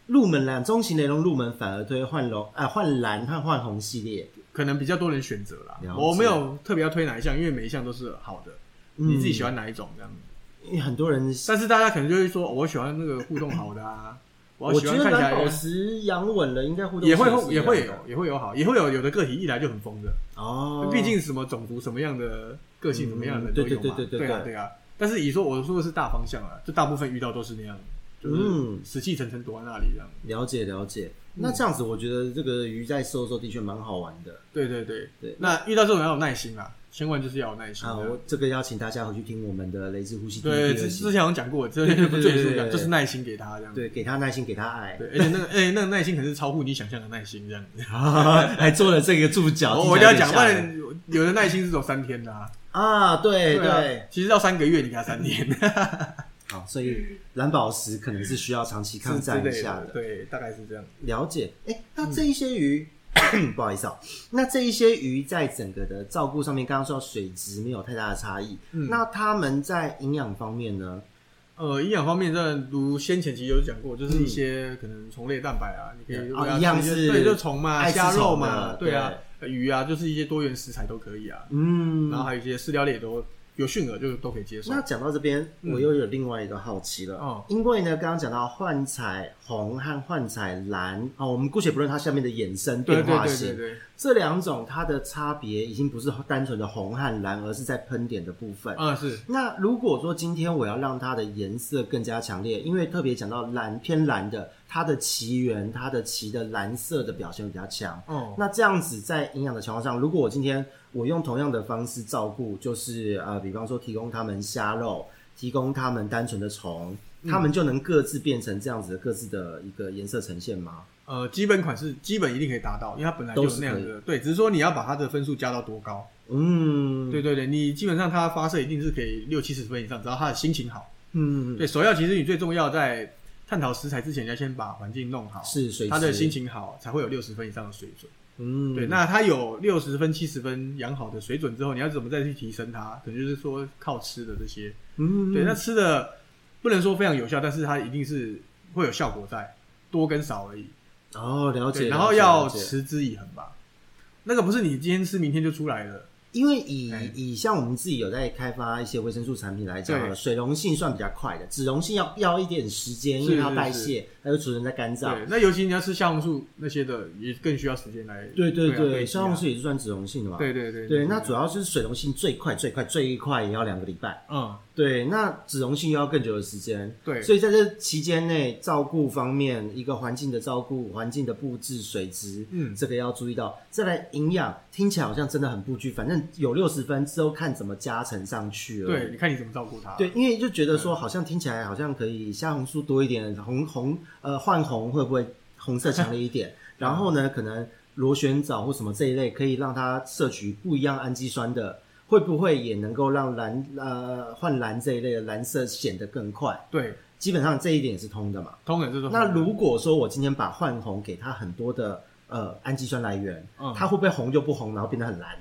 Speaker 1: 入门蓝中型雷龙入门反而推换龙啊换蓝和换红系列，
Speaker 2: 可能比较多人选择啦
Speaker 1: 了。解
Speaker 2: 我没有特别要推哪一项，因为每一项都是好的，
Speaker 1: 嗯
Speaker 2: 你自己喜欢哪一种这样。
Speaker 1: 因为很多人
Speaker 2: 但是大家可能就会说，哦我喜欢那个互动好的啊，要
Speaker 1: 我
Speaker 2: 喜
Speaker 1: 觉
Speaker 2: 欢
Speaker 1: 得
Speaker 2: 看起
Speaker 1: 蓝
Speaker 2: 来
Speaker 1: 宝石养稳了，应该互动
Speaker 2: 也会
Speaker 1: 性是
Speaker 2: 也
Speaker 1: 一样的
Speaker 2: 会有也会有好，也会有有的个体一来就很疯的，
Speaker 1: 哦，
Speaker 2: 毕竟什么种族什么样的个性什么样的人
Speaker 1: 嗯
Speaker 2: 都有嘛，
Speaker 1: 对对对对对
Speaker 2: 对啊对啊。但是以说我说的是大方向啊，就大部分遇到都是那样，就是
Speaker 1: 嗯
Speaker 2: 死气沉沉躲在那里这样。
Speaker 1: 了解了解。那
Speaker 2: 嗯
Speaker 1: 这样子，我觉得这个鱼在收的时候的确蛮好玩的
Speaker 2: 对对对
Speaker 1: 对
Speaker 2: 那遇到这种要有耐心啊，千万就是要有耐心
Speaker 1: 啊！
Speaker 2: 的
Speaker 1: 我这个邀请大家回去听我们的雷之呼吸第一
Speaker 2: 对，
Speaker 1: 第
Speaker 2: 之
Speaker 1: 二
Speaker 2: 之
Speaker 1: 集，
Speaker 2: 前好像讲过，这
Speaker 1: 对对
Speaker 2: 不
Speaker 1: 对
Speaker 2: 赘
Speaker 1: 对
Speaker 2: 述
Speaker 1: 对
Speaker 2: 讲，
Speaker 1: 对
Speaker 2: 就是耐心给他这样。
Speaker 1: 对，给他耐心，给他爱，
Speaker 2: 对，而且那个，哎，那个耐心可是超乎你想象的耐心这样 子。
Speaker 1: 还做了这个注脚。
Speaker 2: 我我一定要讲，不然有的耐心是走三天的啊。
Speaker 1: 啊，对
Speaker 2: 啊
Speaker 1: 对，，
Speaker 2: 其实要三个月，你给他三年，
Speaker 1: 好，所以蓝宝石可能是需要长期
Speaker 2: 是
Speaker 1: 抗
Speaker 2: 之
Speaker 1: 战一
Speaker 2: 类
Speaker 1: 下
Speaker 2: 的。。对，嗯大概是这样。
Speaker 1: 了解，哎，那这一些鱼， 不好意思哦，那这一些鱼在整个的照顾上面，刚刚说到水质没有太大的差异，
Speaker 2: 嗯
Speaker 1: 那它们在营养方面呢？
Speaker 2: 呃，营养方面，真的如先前其实有讲过，就是一些可能虫类蛋白啊，你可以
Speaker 1: 嗯
Speaker 2: 喂它
Speaker 1: 哦一样
Speaker 2: 吃些
Speaker 1: 是
Speaker 2: 对，就虫嘛，
Speaker 1: 爱吃
Speaker 2: 虾肉
Speaker 1: 虫
Speaker 2: 嘛
Speaker 1: 的，
Speaker 2: 对啊，鱼啊，就是一些多元食材都可以啊。
Speaker 1: 嗯
Speaker 2: 然后还有一些饲料类也都有驯饵，就都可以接受
Speaker 1: 那。讲到这边，
Speaker 2: 嗯
Speaker 1: 我又有另外一个好奇了，
Speaker 2: 哦
Speaker 1: 因为呢，刚刚讲到幻彩红和幻彩蓝啊、哦，我们姑且不论它下面的衍生
Speaker 2: 对
Speaker 1: 变
Speaker 2: 对
Speaker 1: 化
Speaker 2: 对
Speaker 1: 型，
Speaker 2: 对对，
Speaker 1: 这两种它的差别已经不是单纯的红和蓝，而是在喷点的部分。
Speaker 2: 嗯是，
Speaker 1: 那如果说今天我要让它的颜色更加强烈，因为特别讲到蓝偏蓝的，它的旗源、它的旗的蓝色的表现会比较强。
Speaker 2: 哦
Speaker 1: 那这样子在营养的情况上，如果我今天我用同样的方式照顾，就是呃，比方说提供他们虾肉，提供他们单纯的虫，他们就能各自变成这样子的各自的一个颜色呈现吗？
Speaker 2: 呃，基本款式基本一定可以达到，因为它本来就
Speaker 1: 都
Speaker 2: 有
Speaker 1: 是
Speaker 2: 那样
Speaker 1: 可
Speaker 2: 的，对，只是说你要把它的分数加到多高。
Speaker 1: 嗯，
Speaker 2: 对，对对，你基本上它发射一定是可以六七十分以上，只要它的心情好。
Speaker 1: 嗯，
Speaker 2: 对，首要其实你最重要在探讨食材之前，你要先把环境弄好，
Speaker 1: 是水
Speaker 2: 他的
Speaker 1: 质
Speaker 2: 心情好才会有六十分以上的水准。
Speaker 1: 嗯，
Speaker 2: 对，那他有六十分、七十分养好的水准之后，你要怎么再去提升它？可能就是说靠吃的这些。
Speaker 1: 嗯，
Speaker 2: 对，那吃的不能说非常有效，但是它一定是会有效果在，多跟少而已。
Speaker 1: 哦，了解，
Speaker 2: 对，
Speaker 1: 了
Speaker 2: 然后
Speaker 1: 解
Speaker 2: 要
Speaker 1: 了解
Speaker 2: 持之以恒吧。那个不是你今天吃，明天就出来了。
Speaker 1: 因为以
Speaker 2: 哎
Speaker 1: 以像我们自己有在开发一些维生素产品来讲
Speaker 2: 对
Speaker 1: 好了，水溶性算比较快的，脂溶性要要一点时间，因为
Speaker 2: 是
Speaker 1: 它
Speaker 2: 是
Speaker 1: 代
Speaker 2: 是
Speaker 1: 谢，它就储存在肝脏。
Speaker 2: 对，那尤其你要吃虾红素那些的，也更需要时间来。
Speaker 1: 对对
Speaker 2: 啊
Speaker 1: 对，消红。
Speaker 2: 堆积
Speaker 1: 素也是算脂溶性的嘛。
Speaker 2: 啊对对对
Speaker 1: 对，那主要是水溶性最快最快最快也要两个礼拜。
Speaker 2: 嗯，
Speaker 1: 对，那脂溶性又要更久的时间。
Speaker 2: 对
Speaker 1: 所以在这期间内，照顾方面，一个环境的照顾、环境的布置、水质，
Speaker 2: 嗯
Speaker 1: 这个要注意到。再来营养，听起来好像真的很不拘，反正有六十分之后看怎么加成上去了。
Speaker 2: 对，你看你怎么照顾它。
Speaker 1: 对，因为就觉得说，好像听起来好像可以虾红素多一点，红红呃换红会不会红色强烈一点？然后呢，可能螺旋藻或什么这一类，可以让它摄取不一样氨基酸的，会不会也能够让蓝呃换蓝这一类的蓝色显得更快？
Speaker 2: 对，
Speaker 1: 基本上这一点也是通的嘛。
Speaker 2: 通常就是
Speaker 1: 那如果说我今天把换红给它很多的呃氨基酸来源，
Speaker 2: 嗯
Speaker 1: 它会不会红就不红，然后变得很蓝？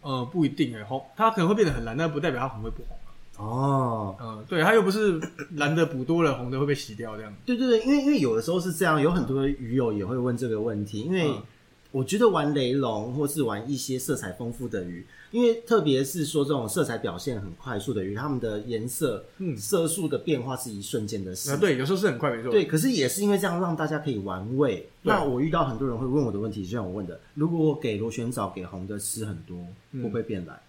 Speaker 2: 呃不一定哎，红它可能会变得很蓝，但不代表它红会不红啊。
Speaker 1: 哦，
Speaker 2: 嗯，对，它又不是蓝的补多了，红的会被洗掉这样。
Speaker 1: 对对对，因为因为有的时候是这样，有很多鱼友也会问这个问题，因为
Speaker 2: 嗯
Speaker 1: 我觉得玩雷龙或是玩一些色彩丰富的鱼，因为特别是说这种色彩表现很快速的鱼，它们的颜色、
Speaker 2: 嗯
Speaker 1: 色素的变化是一瞬间的事。
Speaker 2: 啊，对，有时候是很快，没错。
Speaker 1: 对，可是也是因为这样让大家可以玩味。
Speaker 2: 对
Speaker 1: 那我遇到很多人会问我的问题，就像我问的，如果我给螺旋藻给红的吃很多，
Speaker 2: 嗯
Speaker 1: 会不会变蓝？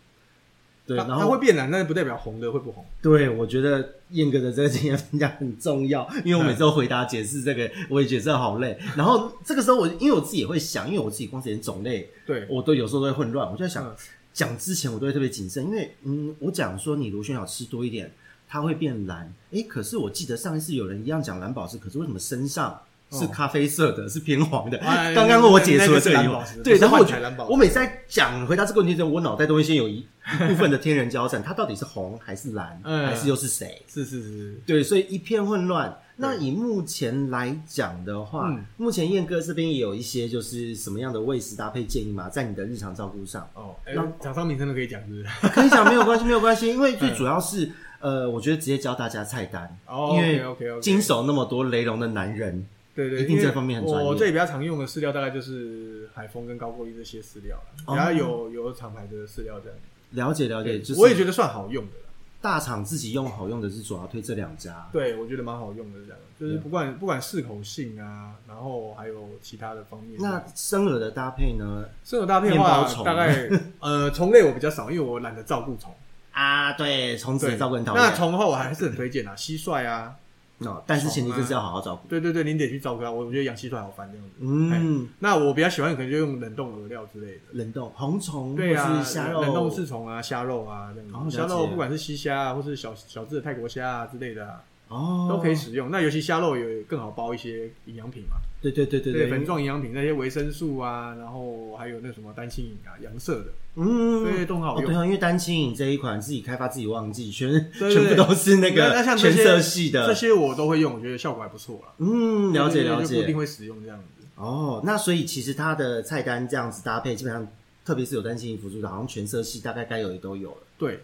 Speaker 1: 对，
Speaker 2: 它，
Speaker 1: 然
Speaker 2: 它
Speaker 1: 后
Speaker 2: 会变蓝，但是不代表红的会不红。
Speaker 1: 对，我觉得燕哥的这个经验分享很重要，因为我每次都回答解释这个，我也觉得这好累。然后这个时候我，因为我自己也会想，因为我自己光是连种类，
Speaker 2: 对，
Speaker 1: 我都有时候都会混乱。我就在想，
Speaker 2: 嗯
Speaker 1: 讲之前我都会特别谨慎，因为嗯，我讲说你螺旋藻吃多一点，它会变蓝。诶，可是我记得上一次有人一样讲蓝宝石，可是为什么身上是
Speaker 2: 哦
Speaker 1: 咖啡色的，是偏黄的？
Speaker 2: 哎
Speaker 1: 刚刚我解
Speaker 2: 那
Speaker 1: 除
Speaker 2: 个
Speaker 1: 了
Speaker 2: 是
Speaker 1: 这个疑
Speaker 2: 蓝
Speaker 1: 惑
Speaker 2: 宝石，
Speaker 1: 对，
Speaker 2: 不是
Speaker 1: 然后我
Speaker 2: 幻
Speaker 1: 觉
Speaker 2: 彩
Speaker 1: 得
Speaker 2: 蓝宝石
Speaker 1: 我每次在讲回答这个问题的时候，我脑袋都会先有一一 部分的天人交战，它到底是红还是蓝，
Speaker 2: 嗯
Speaker 1: 还是又是谁？
Speaker 2: 是是是，
Speaker 1: 对，所以一片混乱。那以目前来讲的话，
Speaker 2: 嗯
Speaker 1: 目前燕哥这边也有一些就是什么样的喂食搭配建议吗？在你的日常照顾上，
Speaker 2: 哦，哎
Speaker 1: 那
Speaker 2: 厂商名称都可以讲，是不 是？
Speaker 1: 可以讲没有关系，没有关系，因为最主要是呃，我觉得直接教大家菜单，
Speaker 2: 嗯哦
Speaker 1: 因为
Speaker 2: OK，OK，OK
Speaker 1: 经手那么多雷龙的男人，
Speaker 2: 对对，
Speaker 1: 一定
Speaker 2: 因为
Speaker 1: 这方面很专业
Speaker 2: 我这里比较常用的饲料大概就是海丰跟高过一这些饲料啦，
Speaker 1: 哦
Speaker 2: 比较有有厂牌的饲料这样。
Speaker 1: 了解了解，就是
Speaker 2: 我也觉得算好用的啦。
Speaker 1: 大厂自己用好用的是主要推这两家，
Speaker 2: 对，我觉得蛮好用的，这样就是不管不管适口性啊，然后还有其他的方面。
Speaker 1: 那生饵的搭配呢？
Speaker 2: 生有大片的
Speaker 1: 面包
Speaker 2: 话，
Speaker 1: 虫
Speaker 2: 大概 呃虫类我比较少，因为我懒得照顾虫。
Speaker 1: 啊，对，虫子
Speaker 2: 对，
Speaker 1: 也照顾很讨厌。
Speaker 2: 那虫的话，我还是很推荐啊，蟋蟀啊，
Speaker 1: 哦，但是前提就是要好好照顾。
Speaker 2: 对对对，你得去照顾它。我我觉得养蟋蟀好烦这样子。
Speaker 1: 嗯，
Speaker 2: 那我比较喜欢，可能就用冷冻饵料之类的。
Speaker 1: 冷冻红虫或
Speaker 2: 对啊，
Speaker 1: 是虾肉，
Speaker 2: 冷冻刺虫啊，虾肉啊，这
Speaker 1: 哦了
Speaker 2: 样
Speaker 1: 解
Speaker 2: 子虾肉不管是西虾啊，或是小小只的泰国虾啊之类的啊，
Speaker 1: 哦，
Speaker 2: 都可以。使用。那尤其虾肉有更好包一些营养品嘛，
Speaker 1: 对对对对
Speaker 2: 对，
Speaker 1: 对
Speaker 2: 粉，状营养品那些维生素啊，然后还有那什么单亲饮啊，洋色的，
Speaker 1: 嗯，
Speaker 2: 对，都很好
Speaker 1: 哦，对
Speaker 2: 用。
Speaker 1: 啊，因为单亲饮这一款自己开发自己忘记，全
Speaker 2: 对
Speaker 1: 全部都是那
Speaker 2: 那
Speaker 1: 个
Speaker 2: 像这
Speaker 1: 全
Speaker 2: 些
Speaker 1: 色系
Speaker 2: 这
Speaker 1: 的。
Speaker 2: 些我都会用，我觉得效果还不错啦。
Speaker 1: 嗯，了解
Speaker 2: 对对
Speaker 1: 了
Speaker 2: 对就不一定
Speaker 1: 解。
Speaker 2: 会使用这样子。
Speaker 1: 哦，那所以其实它的菜单这样子搭配，基本上特别是有单亲饮辅助的，好像全色系大概该有的都有了。
Speaker 2: 对，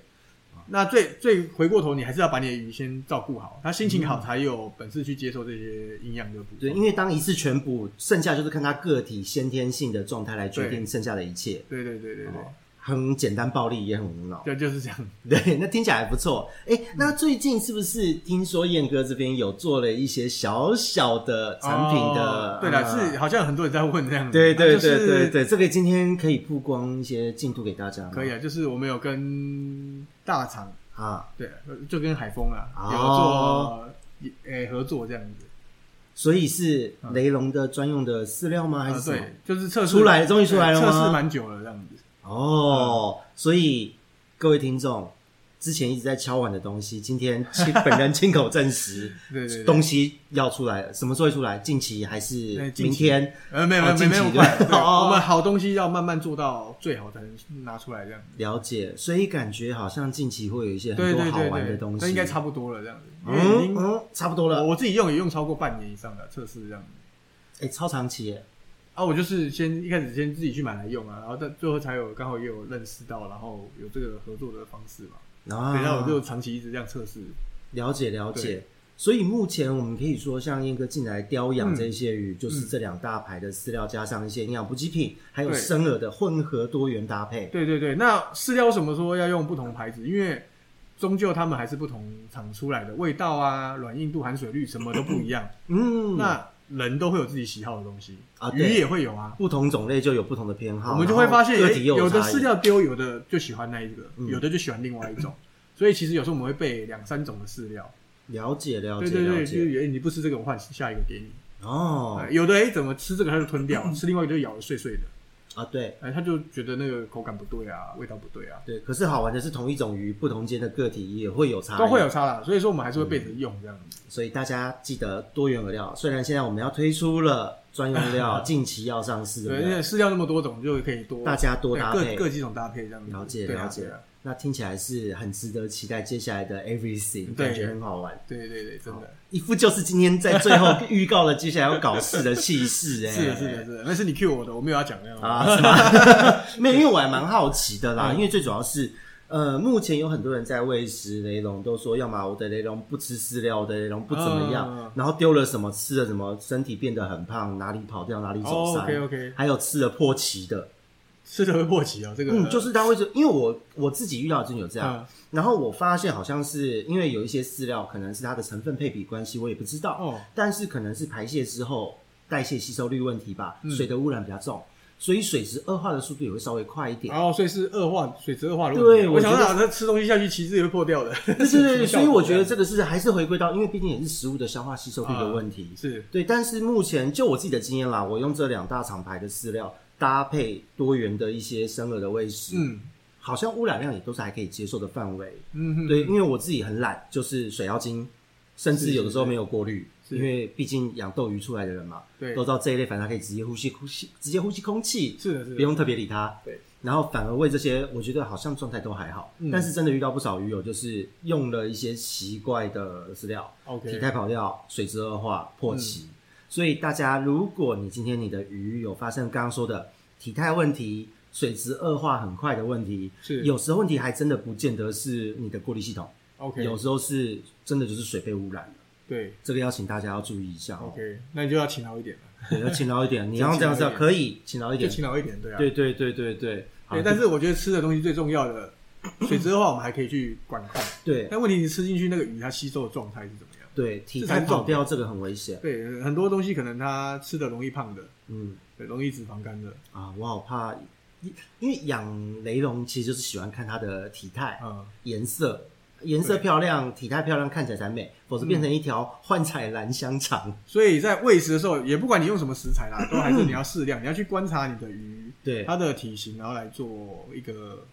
Speaker 1: 啊
Speaker 2: 那最最回过头，你还是要把你的鱼先照顾好，他心情好才有本事去接受这些营养的补
Speaker 1: 嗯对，
Speaker 2: 充。
Speaker 1: 因为当一次全补，剩下就是看他个体先天性的状态来决定
Speaker 2: 对
Speaker 1: 剩下的一切。
Speaker 2: 对对对对对，
Speaker 1: 哦很简单暴力，也很无脑。
Speaker 2: 对就是这样。
Speaker 1: 对，那听起来还不错。哎，那
Speaker 2: 嗯
Speaker 1: 最近是不是听说燕哥这边有做了一些小小的 产品的？
Speaker 2: 哦对啦，
Speaker 1: 啊
Speaker 2: 是好像很多人在问这样子。
Speaker 1: 对对对
Speaker 2: 就是
Speaker 1: 对对，这个今天可以曝光一些进度给大家吗？
Speaker 2: 可以啊，就是我们有跟大厂，
Speaker 1: 啊，
Speaker 2: 对，就跟海丰啊、
Speaker 1: 哦
Speaker 2: 有做诶、合作这样子。
Speaker 1: 所以是雷龙的专用的饲料吗？还是
Speaker 2: 嗯啊，
Speaker 1: 什么？
Speaker 2: 对，就是测试
Speaker 1: 出来了终于出来了
Speaker 2: 对
Speaker 1: 吗
Speaker 2: 测试蛮久了这样子。
Speaker 1: 哦，所以各位听众。之前一直在敲碗的东西，今天 亲本人亲口证实，
Speaker 2: 对对对
Speaker 1: 东西要出来了。什么时候会出来？近期还是
Speaker 2: 对近
Speaker 1: 明
Speaker 2: 期
Speaker 1: 天？
Speaker 2: 呃，没有
Speaker 1: 哦
Speaker 2: 没有没
Speaker 1: 近期
Speaker 2: 有没有
Speaker 1: 的
Speaker 2: 快，对
Speaker 1: 哦
Speaker 2: 我们好东西要慢慢做到最好才能拿出来这样子。
Speaker 1: 了解，所以感觉好像近期会有一些很
Speaker 2: 对
Speaker 1: 多
Speaker 2: 对
Speaker 1: 好
Speaker 2: 对
Speaker 1: 玩的
Speaker 2: 对，
Speaker 1: 东西。
Speaker 2: 那应该差不多了这样子，因为已
Speaker 1: 嗯
Speaker 2: 经
Speaker 1: 嗯，差不多
Speaker 2: 我
Speaker 1: 了。
Speaker 2: 我自己用也用超过半年以上的测试这样子。
Speaker 1: 哎、超长期耶，
Speaker 2: 啊，我就是先一开始先自己去买来用啊，然后但最后才有刚好也有认识到，然后有这个合作的方式嘛，
Speaker 1: 然后
Speaker 2: 对，然后我就长期一直这样测试。
Speaker 1: 啊了解了解
Speaker 2: 对。
Speaker 1: 所以目前我们可以说，像燕哥进来雕
Speaker 2: 嗯
Speaker 1: 养这些鱼，就是这两大牌的饲料加上一些营养补给品，还有
Speaker 2: 对
Speaker 1: 生饵的混合多元搭配。
Speaker 2: 对对对，那饲料为什么说要用不同牌子？因为终究它们还是不同厂出来的，味道啊、软硬度、含水率什么都不一样。
Speaker 1: 嗯，
Speaker 2: 那人都会有自己喜好的东西
Speaker 1: 啊
Speaker 2: 鱼
Speaker 1: 对
Speaker 2: 也会有啊。
Speaker 1: 不同种类就有不同的偏好，
Speaker 2: 我们就会发现，
Speaker 1: 然后
Speaker 2: 诶
Speaker 1: 个体又
Speaker 2: 有的
Speaker 1: 差异
Speaker 2: 饲料丢，有的就喜欢那一个，
Speaker 1: 嗯
Speaker 2: 有的就喜欢另外一种。所以其实有时候我们会备两三种的饲料，
Speaker 1: 了解了
Speaker 2: 对
Speaker 1: 解
Speaker 2: 对
Speaker 1: 了
Speaker 2: 对，就是
Speaker 1: 解
Speaker 2: 有诶你不吃这个，我换下一个给你。
Speaker 1: 哦
Speaker 2: 呃有的哎，诶怎么吃这个它就吞掉，吃另外一个就咬的碎碎的，
Speaker 1: 啊对。
Speaker 2: 哎，他就觉得那个口感不对啊，味道不对啊，
Speaker 1: 对，可是好玩的是，同一种鱼，不同间的个体也会有差异，嗯
Speaker 2: 都会有差啦。所以说我们还是会备着用这样子。
Speaker 1: 所以大家记得多元饵料。虽然现在我们要推出了专用 料，近期要上市，对
Speaker 2: 对，
Speaker 1: 不
Speaker 2: 因为
Speaker 1: 对？
Speaker 2: 饲料那么多种，就可以多
Speaker 1: 大家多
Speaker 2: 对
Speaker 1: 搭
Speaker 2: 各
Speaker 1: 配，
Speaker 2: 各几种搭配这样子。
Speaker 1: 了解
Speaker 2: 对啊
Speaker 1: 了解
Speaker 2: 对啊。
Speaker 1: 那听起来是很值得期待接下来的 everything，
Speaker 2: 对
Speaker 1: 感觉很好玩。哦
Speaker 2: 对对对，真的
Speaker 1: 一副就是今天在最后预告了接下来要搞事的气势、哎，
Speaker 2: 是的，是的，是的，那是你 Q 我的，我没有要讲那样
Speaker 1: 啊， 是吗？ 没有，因为我还蛮好奇的
Speaker 2: 嗯
Speaker 1: 啦，因为最主要是。呃，目前有很多人在喂食雷龙，都说要么我的雷龙不吃饲料，我的雷龙不怎么样，
Speaker 2: 嗯
Speaker 1: 然后丢了什么吃了什么，身体变得很胖，哪里跑掉哪里走
Speaker 2: 哦
Speaker 1: 伤、
Speaker 2: ，OK，OK
Speaker 1: 还有吃了破鳍的，
Speaker 2: 吃的会破皮哦，这个
Speaker 1: 嗯，就是他会说，因为我我自己遇到真有这样，
Speaker 2: 嗯
Speaker 1: 然后我发现好像是因为有一些饲料可能是它的成分配比关系，我也不知道，
Speaker 2: 哦
Speaker 1: 但是可能是排泄之后代谢吸收率问题吧，
Speaker 2: 嗯
Speaker 1: 水的污染比较重，所以水质恶化的速度也会稍微快一点。
Speaker 2: 然后哦所以是恶化水质恶化的问题。啊
Speaker 1: 对
Speaker 2: 我
Speaker 1: 我
Speaker 2: 想
Speaker 1: 觉得
Speaker 2: 想，那吃东西下去，旗帜也会破掉的。
Speaker 1: 对对对，
Speaker 2: 是
Speaker 1: 所以我觉得这个是还是回归到，因为毕竟也是食物的消化吸收率的
Speaker 2: 嗯
Speaker 1: 问题。
Speaker 2: 是
Speaker 1: 对，但是目前就我自己的经验啦，我用这两大厂牌的饲料搭配多元的一些生饵的喂食，
Speaker 2: 嗯
Speaker 1: 好像污染量也都是还可以接受的范围。
Speaker 2: 嗯哼，
Speaker 1: 对，因为我自己很懒，就是水妖精，甚至有的时候没有过滤，
Speaker 2: 是
Speaker 1: 因为毕竟养斗鱼出来的人嘛，
Speaker 2: 对
Speaker 1: 都知道这一类，反正它可以直接呼吸呼吸，直接呼吸空气，
Speaker 2: 是的，是的，
Speaker 1: 不用特别理它。
Speaker 2: 对，
Speaker 1: 然后反而为这些，我觉得好像状态都还好，
Speaker 2: 嗯
Speaker 1: 但是真的遇到不少鱼友，就是用了一些奇怪的饲料
Speaker 2: OK 嗯
Speaker 1: 体态跑掉、水质恶化、破鳍。所以大家，如果你今天你的鱼有发生刚刚说的体态问题、水质恶化很快的问题，
Speaker 2: 是
Speaker 1: 有时候问题还真的不见得是你的过滤系统，
Speaker 2: OK，
Speaker 1: 有时候是真的就是水被污染了。
Speaker 2: 对
Speaker 1: 这个要请大家要注意一下哦，
Speaker 2: OK，那你就要勤劳一点了，
Speaker 1: 对要勤劳一 点。你要这样子啊
Speaker 2: 勤劳一点
Speaker 1: 可以勤劳一
Speaker 2: 就
Speaker 1: 点，
Speaker 2: 勤劳一点，对啊，
Speaker 1: 对对对对对。好
Speaker 2: 对。但是我觉得吃的东西最重要的，水质的话我们还可以去管控，
Speaker 1: 对
Speaker 2: 但问题你吃进去那个鱼它吸收的状态是怎么样？
Speaker 1: 对，体
Speaker 2: 这才
Speaker 1: 态
Speaker 2: 是重
Speaker 1: 跑掉这个很危险。
Speaker 2: 对，很多东西可能它吃的容易胖的，
Speaker 1: 嗯
Speaker 2: 对，容易脂肪肝的，
Speaker 1: 啊，我好怕，因因为养雷龙其实就是喜欢看它的体态、
Speaker 2: 嗯，
Speaker 1: 颜色，颜色漂亮，体态漂亮，看起来才美，否
Speaker 2: 嗯
Speaker 1: 则变成一条 幻彩蓝香肠。
Speaker 2: 所以在喂食的时候，也不管你用什么食材啦，都还是你要适量，你要去观察你的鱼
Speaker 1: 对，
Speaker 2: 它的体型，然后来做一个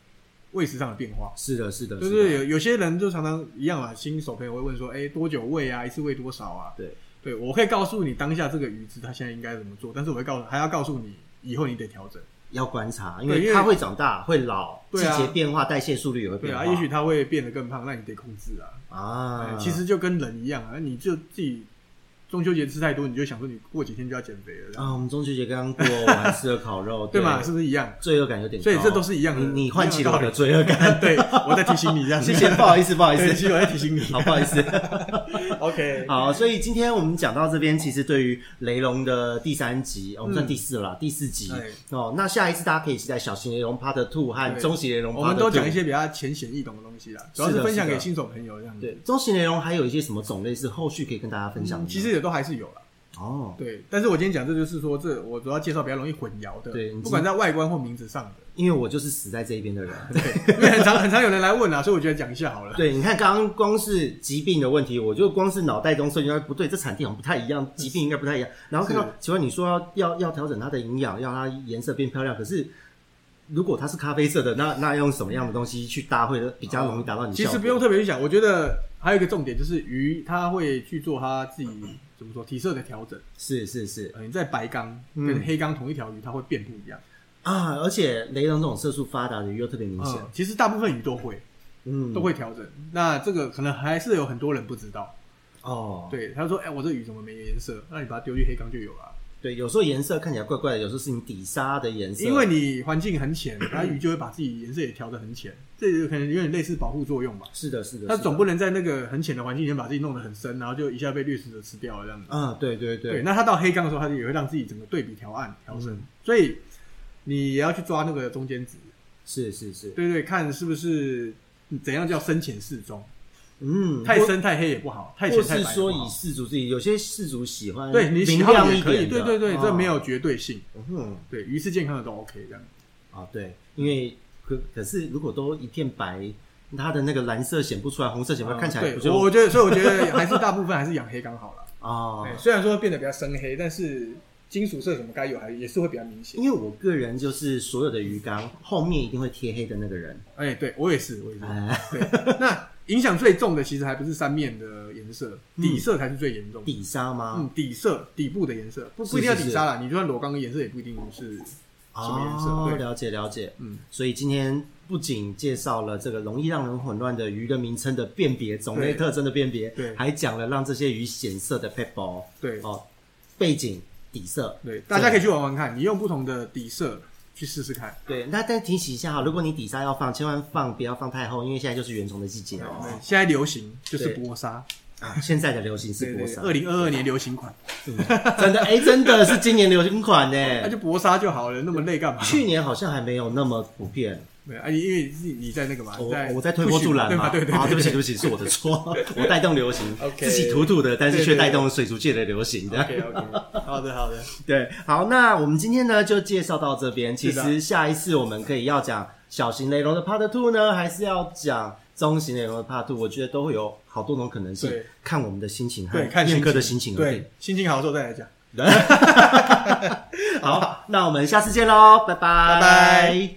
Speaker 2: 喂食上的变化。
Speaker 1: 是的，是的，
Speaker 2: 就是是
Speaker 1: 的
Speaker 2: 有有些人就常常一样啦，新手朋友会问说，哎、多久喂啊？一次喂多少啊？
Speaker 1: 对，
Speaker 2: 对我可以告诉你当下这个鱼质它现在应该怎么做，但是我会告诉还要告诉你以后你得调整。
Speaker 1: 要观察，因
Speaker 2: 对因
Speaker 1: 为
Speaker 2: 为
Speaker 1: 它会长大，会老，
Speaker 2: 对
Speaker 1: 季
Speaker 2: 啊
Speaker 1: 节变化，代谢速率也会
Speaker 2: 对
Speaker 1: 变
Speaker 2: 啊，
Speaker 1: 化。
Speaker 2: 也许它会变得更胖，那你得控制啊。哎
Speaker 1: 啊，
Speaker 2: 其实就跟人一样啊，你就自己中秋节吃太多，你就想说你过几天就要减肥了，这样
Speaker 1: 啊，我们中秋节刚过，我还吃了烤肉，
Speaker 2: 对嘛？是不是一样？
Speaker 1: 罪恶感有点高，
Speaker 2: 所以这都是一样的
Speaker 1: 你你唤起了我
Speaker 2: 一
Speaker 1: 的
Speaker 2: 样
Speaker 1: 罪恶 感，
Speaker 2: 对，我在提醒你这 样。
Speaker 1: 谢谢，不好意思，不好意
Speaker 2: 对，其
Speaker 1: 思，
Speaker 2: 实我在提醒你。
Speaker 1: 好，不好意思。
Speaker 2: ，OK，
Speaker 1: 好，所以今天我们讲到这边，其实对于雷龙的第三集，哦我们算第四了啦，第四集
Speaker 2: 嗯对
Speaker 1: 哦。那下一次大家可以期待小型雷龙 Part Two 和
Speaker 2: 对
Speaker 1: 中型雷龙 Part Two。
Speaker 2: 我们都讲一些比较浅显易懂的东西啦，主要
Speaker 1: 是
Speaker 2: 是
Speaker 1: 的
Speaker 2: 分享
Speaker 1: 是的
Speaker 2: 给新手朋友这样子。
Speaker 1: 对中型雷龙，还有一些什么种类是后续可以跟大家分享的
Speaker 2: 嗯，
Speaker 1: 吗？
Speaker 2: 其实也都还是有啦。
Speaker 1: 哦，
Speaker 2: 对，但是我今天讲这就是说，这我主要介绍比较容易混淆的，
Speaker 1: 对你
Speaker 2: 不管在外观或名字上的，
Speaker 1: 因为我就是死在这一边的人。
Speaker 2: 对，因 为很常很常有人来问啊，所以我觉得讲一下好了。
Speaker 1: 对，你看刚刚光是疾病的问题，我就光是脑袋中瞬间不对，这产地好像不太一样，疾病应该不太一样。然后看到
Speaker 2: 是，
Speaker 1: 请问你说要要要调整它的营养，要它颜色变漂亮，可是如果它是咖啡色的，那那用什么样的东西去搭会比较容易达到你的
Speaker 2: 其
Speaker 1: 效
Speaker 2: 实
Speaker 1: 果？
Speaker 2: 不用特别去想，我觉得还有一个重点就是鱼，它会去做它自己怎么说体色的调整。
Speaker 1: 是是是
Speaker 2: 呃，你在白缸
Speaker 1: 嗯
Speaker 2: 跟黑缸同一条鱼，它会变不一样。
Speaker 1: 啊，而且雷龙这种色素发达的鱼又特别明显
Speaker 2: 嗯，，其实大部分鱼都会
Speaker 1: 嗯，
Speaker 2: 都会调整。那这个可能还是有很多人不知道。
Speaker 1: 哦，
Speaker 2: 对，他说：“哎，我这鱼怎么没颜色？”那你把它丢去黑缸就有了啊。
Speaker 1: 对，有时候颜色看起来怪怪的，有时候是你底沙的颜色，
Speaker 2: 因为你环境很浅，它鱼就会把自己颜色也调得很浅，这有可能有点类似保护作用吧。
Speaker 1: 是的，是的，
Speaker 2: 它
Speaker 1: 是的
Speaker 2: 总不能在那个很浅的环境里面把自己弄得很深，然后就一下被掠食者吃掉了这样子。
Speaker 1: 啊，对对嗯
Speaker 2: 对，那它到黑缸的时候，它也会让自己整个对比调暗调深，所以你也要去抓那个中间值，
Speaker 1: 是是是，
Speaker 2: 对对，看是不是怎样叫深浅适中，
Speaker 1: 嗯，
Speaker 2: 太深太黑也不好，太
Speaker 1: 或
Speaker 2: 浅太
Speaker 1: 是
Speaker 2: 白也
Speaker 1: 说
Speaker 2: 不
Speaker 1: 以
Speaker 2: 好。
Speaker 1: 氏族自己，有些氏族喜欢
Speaker 2: 对你喜
Speaker 1: 明
Speaker 2: 好
Speaker 1: 亮
Speaker 2: 也
Speaker 1: 一
Speaker 2: 可以，
Speaker 1: 点的，
Speaker 2: 对对对，这
Speaker 1: 哦
Speaker 2: 没有绝对性，
Speaker 1: 嗯
Speaker 2: 对，鱼是健康的都 OK 这样。
Speaker 1: 啊，对，因为可可是如果都一片白，它的那个蓝色显不出来，红色显不出来，看起来
Speaker 2: 啊嗯对
Speaker 1: 不，就
Speaker 2: 我我觉得，所以我觉得还是大部分还是养黑缸好了。
Speaker 1: 啊
Speaker 2: 哎，虽然说变得比较深黑，但是金属色什么该有还也是会比较明显。
Speaker 1: 因为我个人就是所有的鱼缸后面一定会贴黑的那个人，
Speaker 2: 哎，对我也是，我也是。
Speaker 1: 哎，
Speaker 2: 对， 那影响最重的其实还不是三面的颜色，底色才是最严重
Speaker 1: 嗯
Speaker 2: 的。
Speaker 1: 底啊沙吗
Speaker 2: 嗯？，底色底部的颜色不不一定要底沙啦，你就算裸缸的颜色也不一定是什么颜色
Speaker 1: 哦，
Speaker 2: 对
Speaker 1: 了解了解。
Speaker 2: 嗯，
Speaker 1: 所以今天不仅介绍了这个容易让人混乱的鱼的名称的辨别、种类
Speaker 2: 对
Speaker 1: 特征的辨别，
Speaker 2: 对
Speaker 1: 还讲了让这些鱼显色的 p e b b l
Speaker 2: 对
Speaker 1: 哦，背景底色。
Speaker 2: 对，大家可以去玩玩看，你用不同的底色去试试看。
Speaker 1: 对，那但提醒一下哈，如果你底沙要放，千万放不要放太厚，因为现在就是原虫的季节
Speaker 2: 对
Speaker 1: 哦。
Speaker 2: 现在流行就是
Speaker 1: 对
Speaker 2: 薄纱，
Speaker 1: 啊，现在的流行
Speaker 2: 对
Speaker 1: 是薄
Speaker 2: 对，
Speaker 1: 纱，
Speaker 2: 二零二二年流行款，
Speaker 1: 真的哎、真的是今年流行款
Speaker 2: 那
Speaker 1: 呢。
Speaker 2: 就薄纱就好了，那么累干嘛？
Speaker 1: 去年好像还没有那么普遍。
Speaker 2: 对啊，因为是你在那个嘛，
Speaker 1: 我
Speaker 2: 你在
Speaker 1: 哦我在推波助澜
Speaker 2: 对
Speaker 1: 嘛，
Speaker 2: 吧？对对
Speaker 1: 啊，对不起，
Speaker 2: 对
Speaker 1: 对不起，是我的 错，我带动流行
Speaker 2: OK
Speaker 1: 自己土土的，但是
Speaker 2: 对
Speaker 1: 却
Speaker 2: 对
Speaker 1: 带动了水族界的流行的。
Speaker 2: OK OK，好 的好的，
Speaker 1: 对，好，那我们今天呢就介绍到这边。其
Speaker 2: 是的
Speaker 1: 实下一次我们可以要讲小型雷龙的 Part Two 呢，还是要讲中型雷龙的 Part Two？我觉得都会有好多种可能性
Speaker 2: 对，
Speaker 1: 看我们的心情和
Speaker 2: 对，看
Speaker 1: 燕
Speaker 2: 心
Speaker 1: 哥
Speaker 2: 情
Speaker 1: 的心情而啊定
Speaker 2: 对。，心情好的时候再来讲。
Speaker 1: 好，那我们下次见喽，拜拜，
Speaker 2: 拜拜。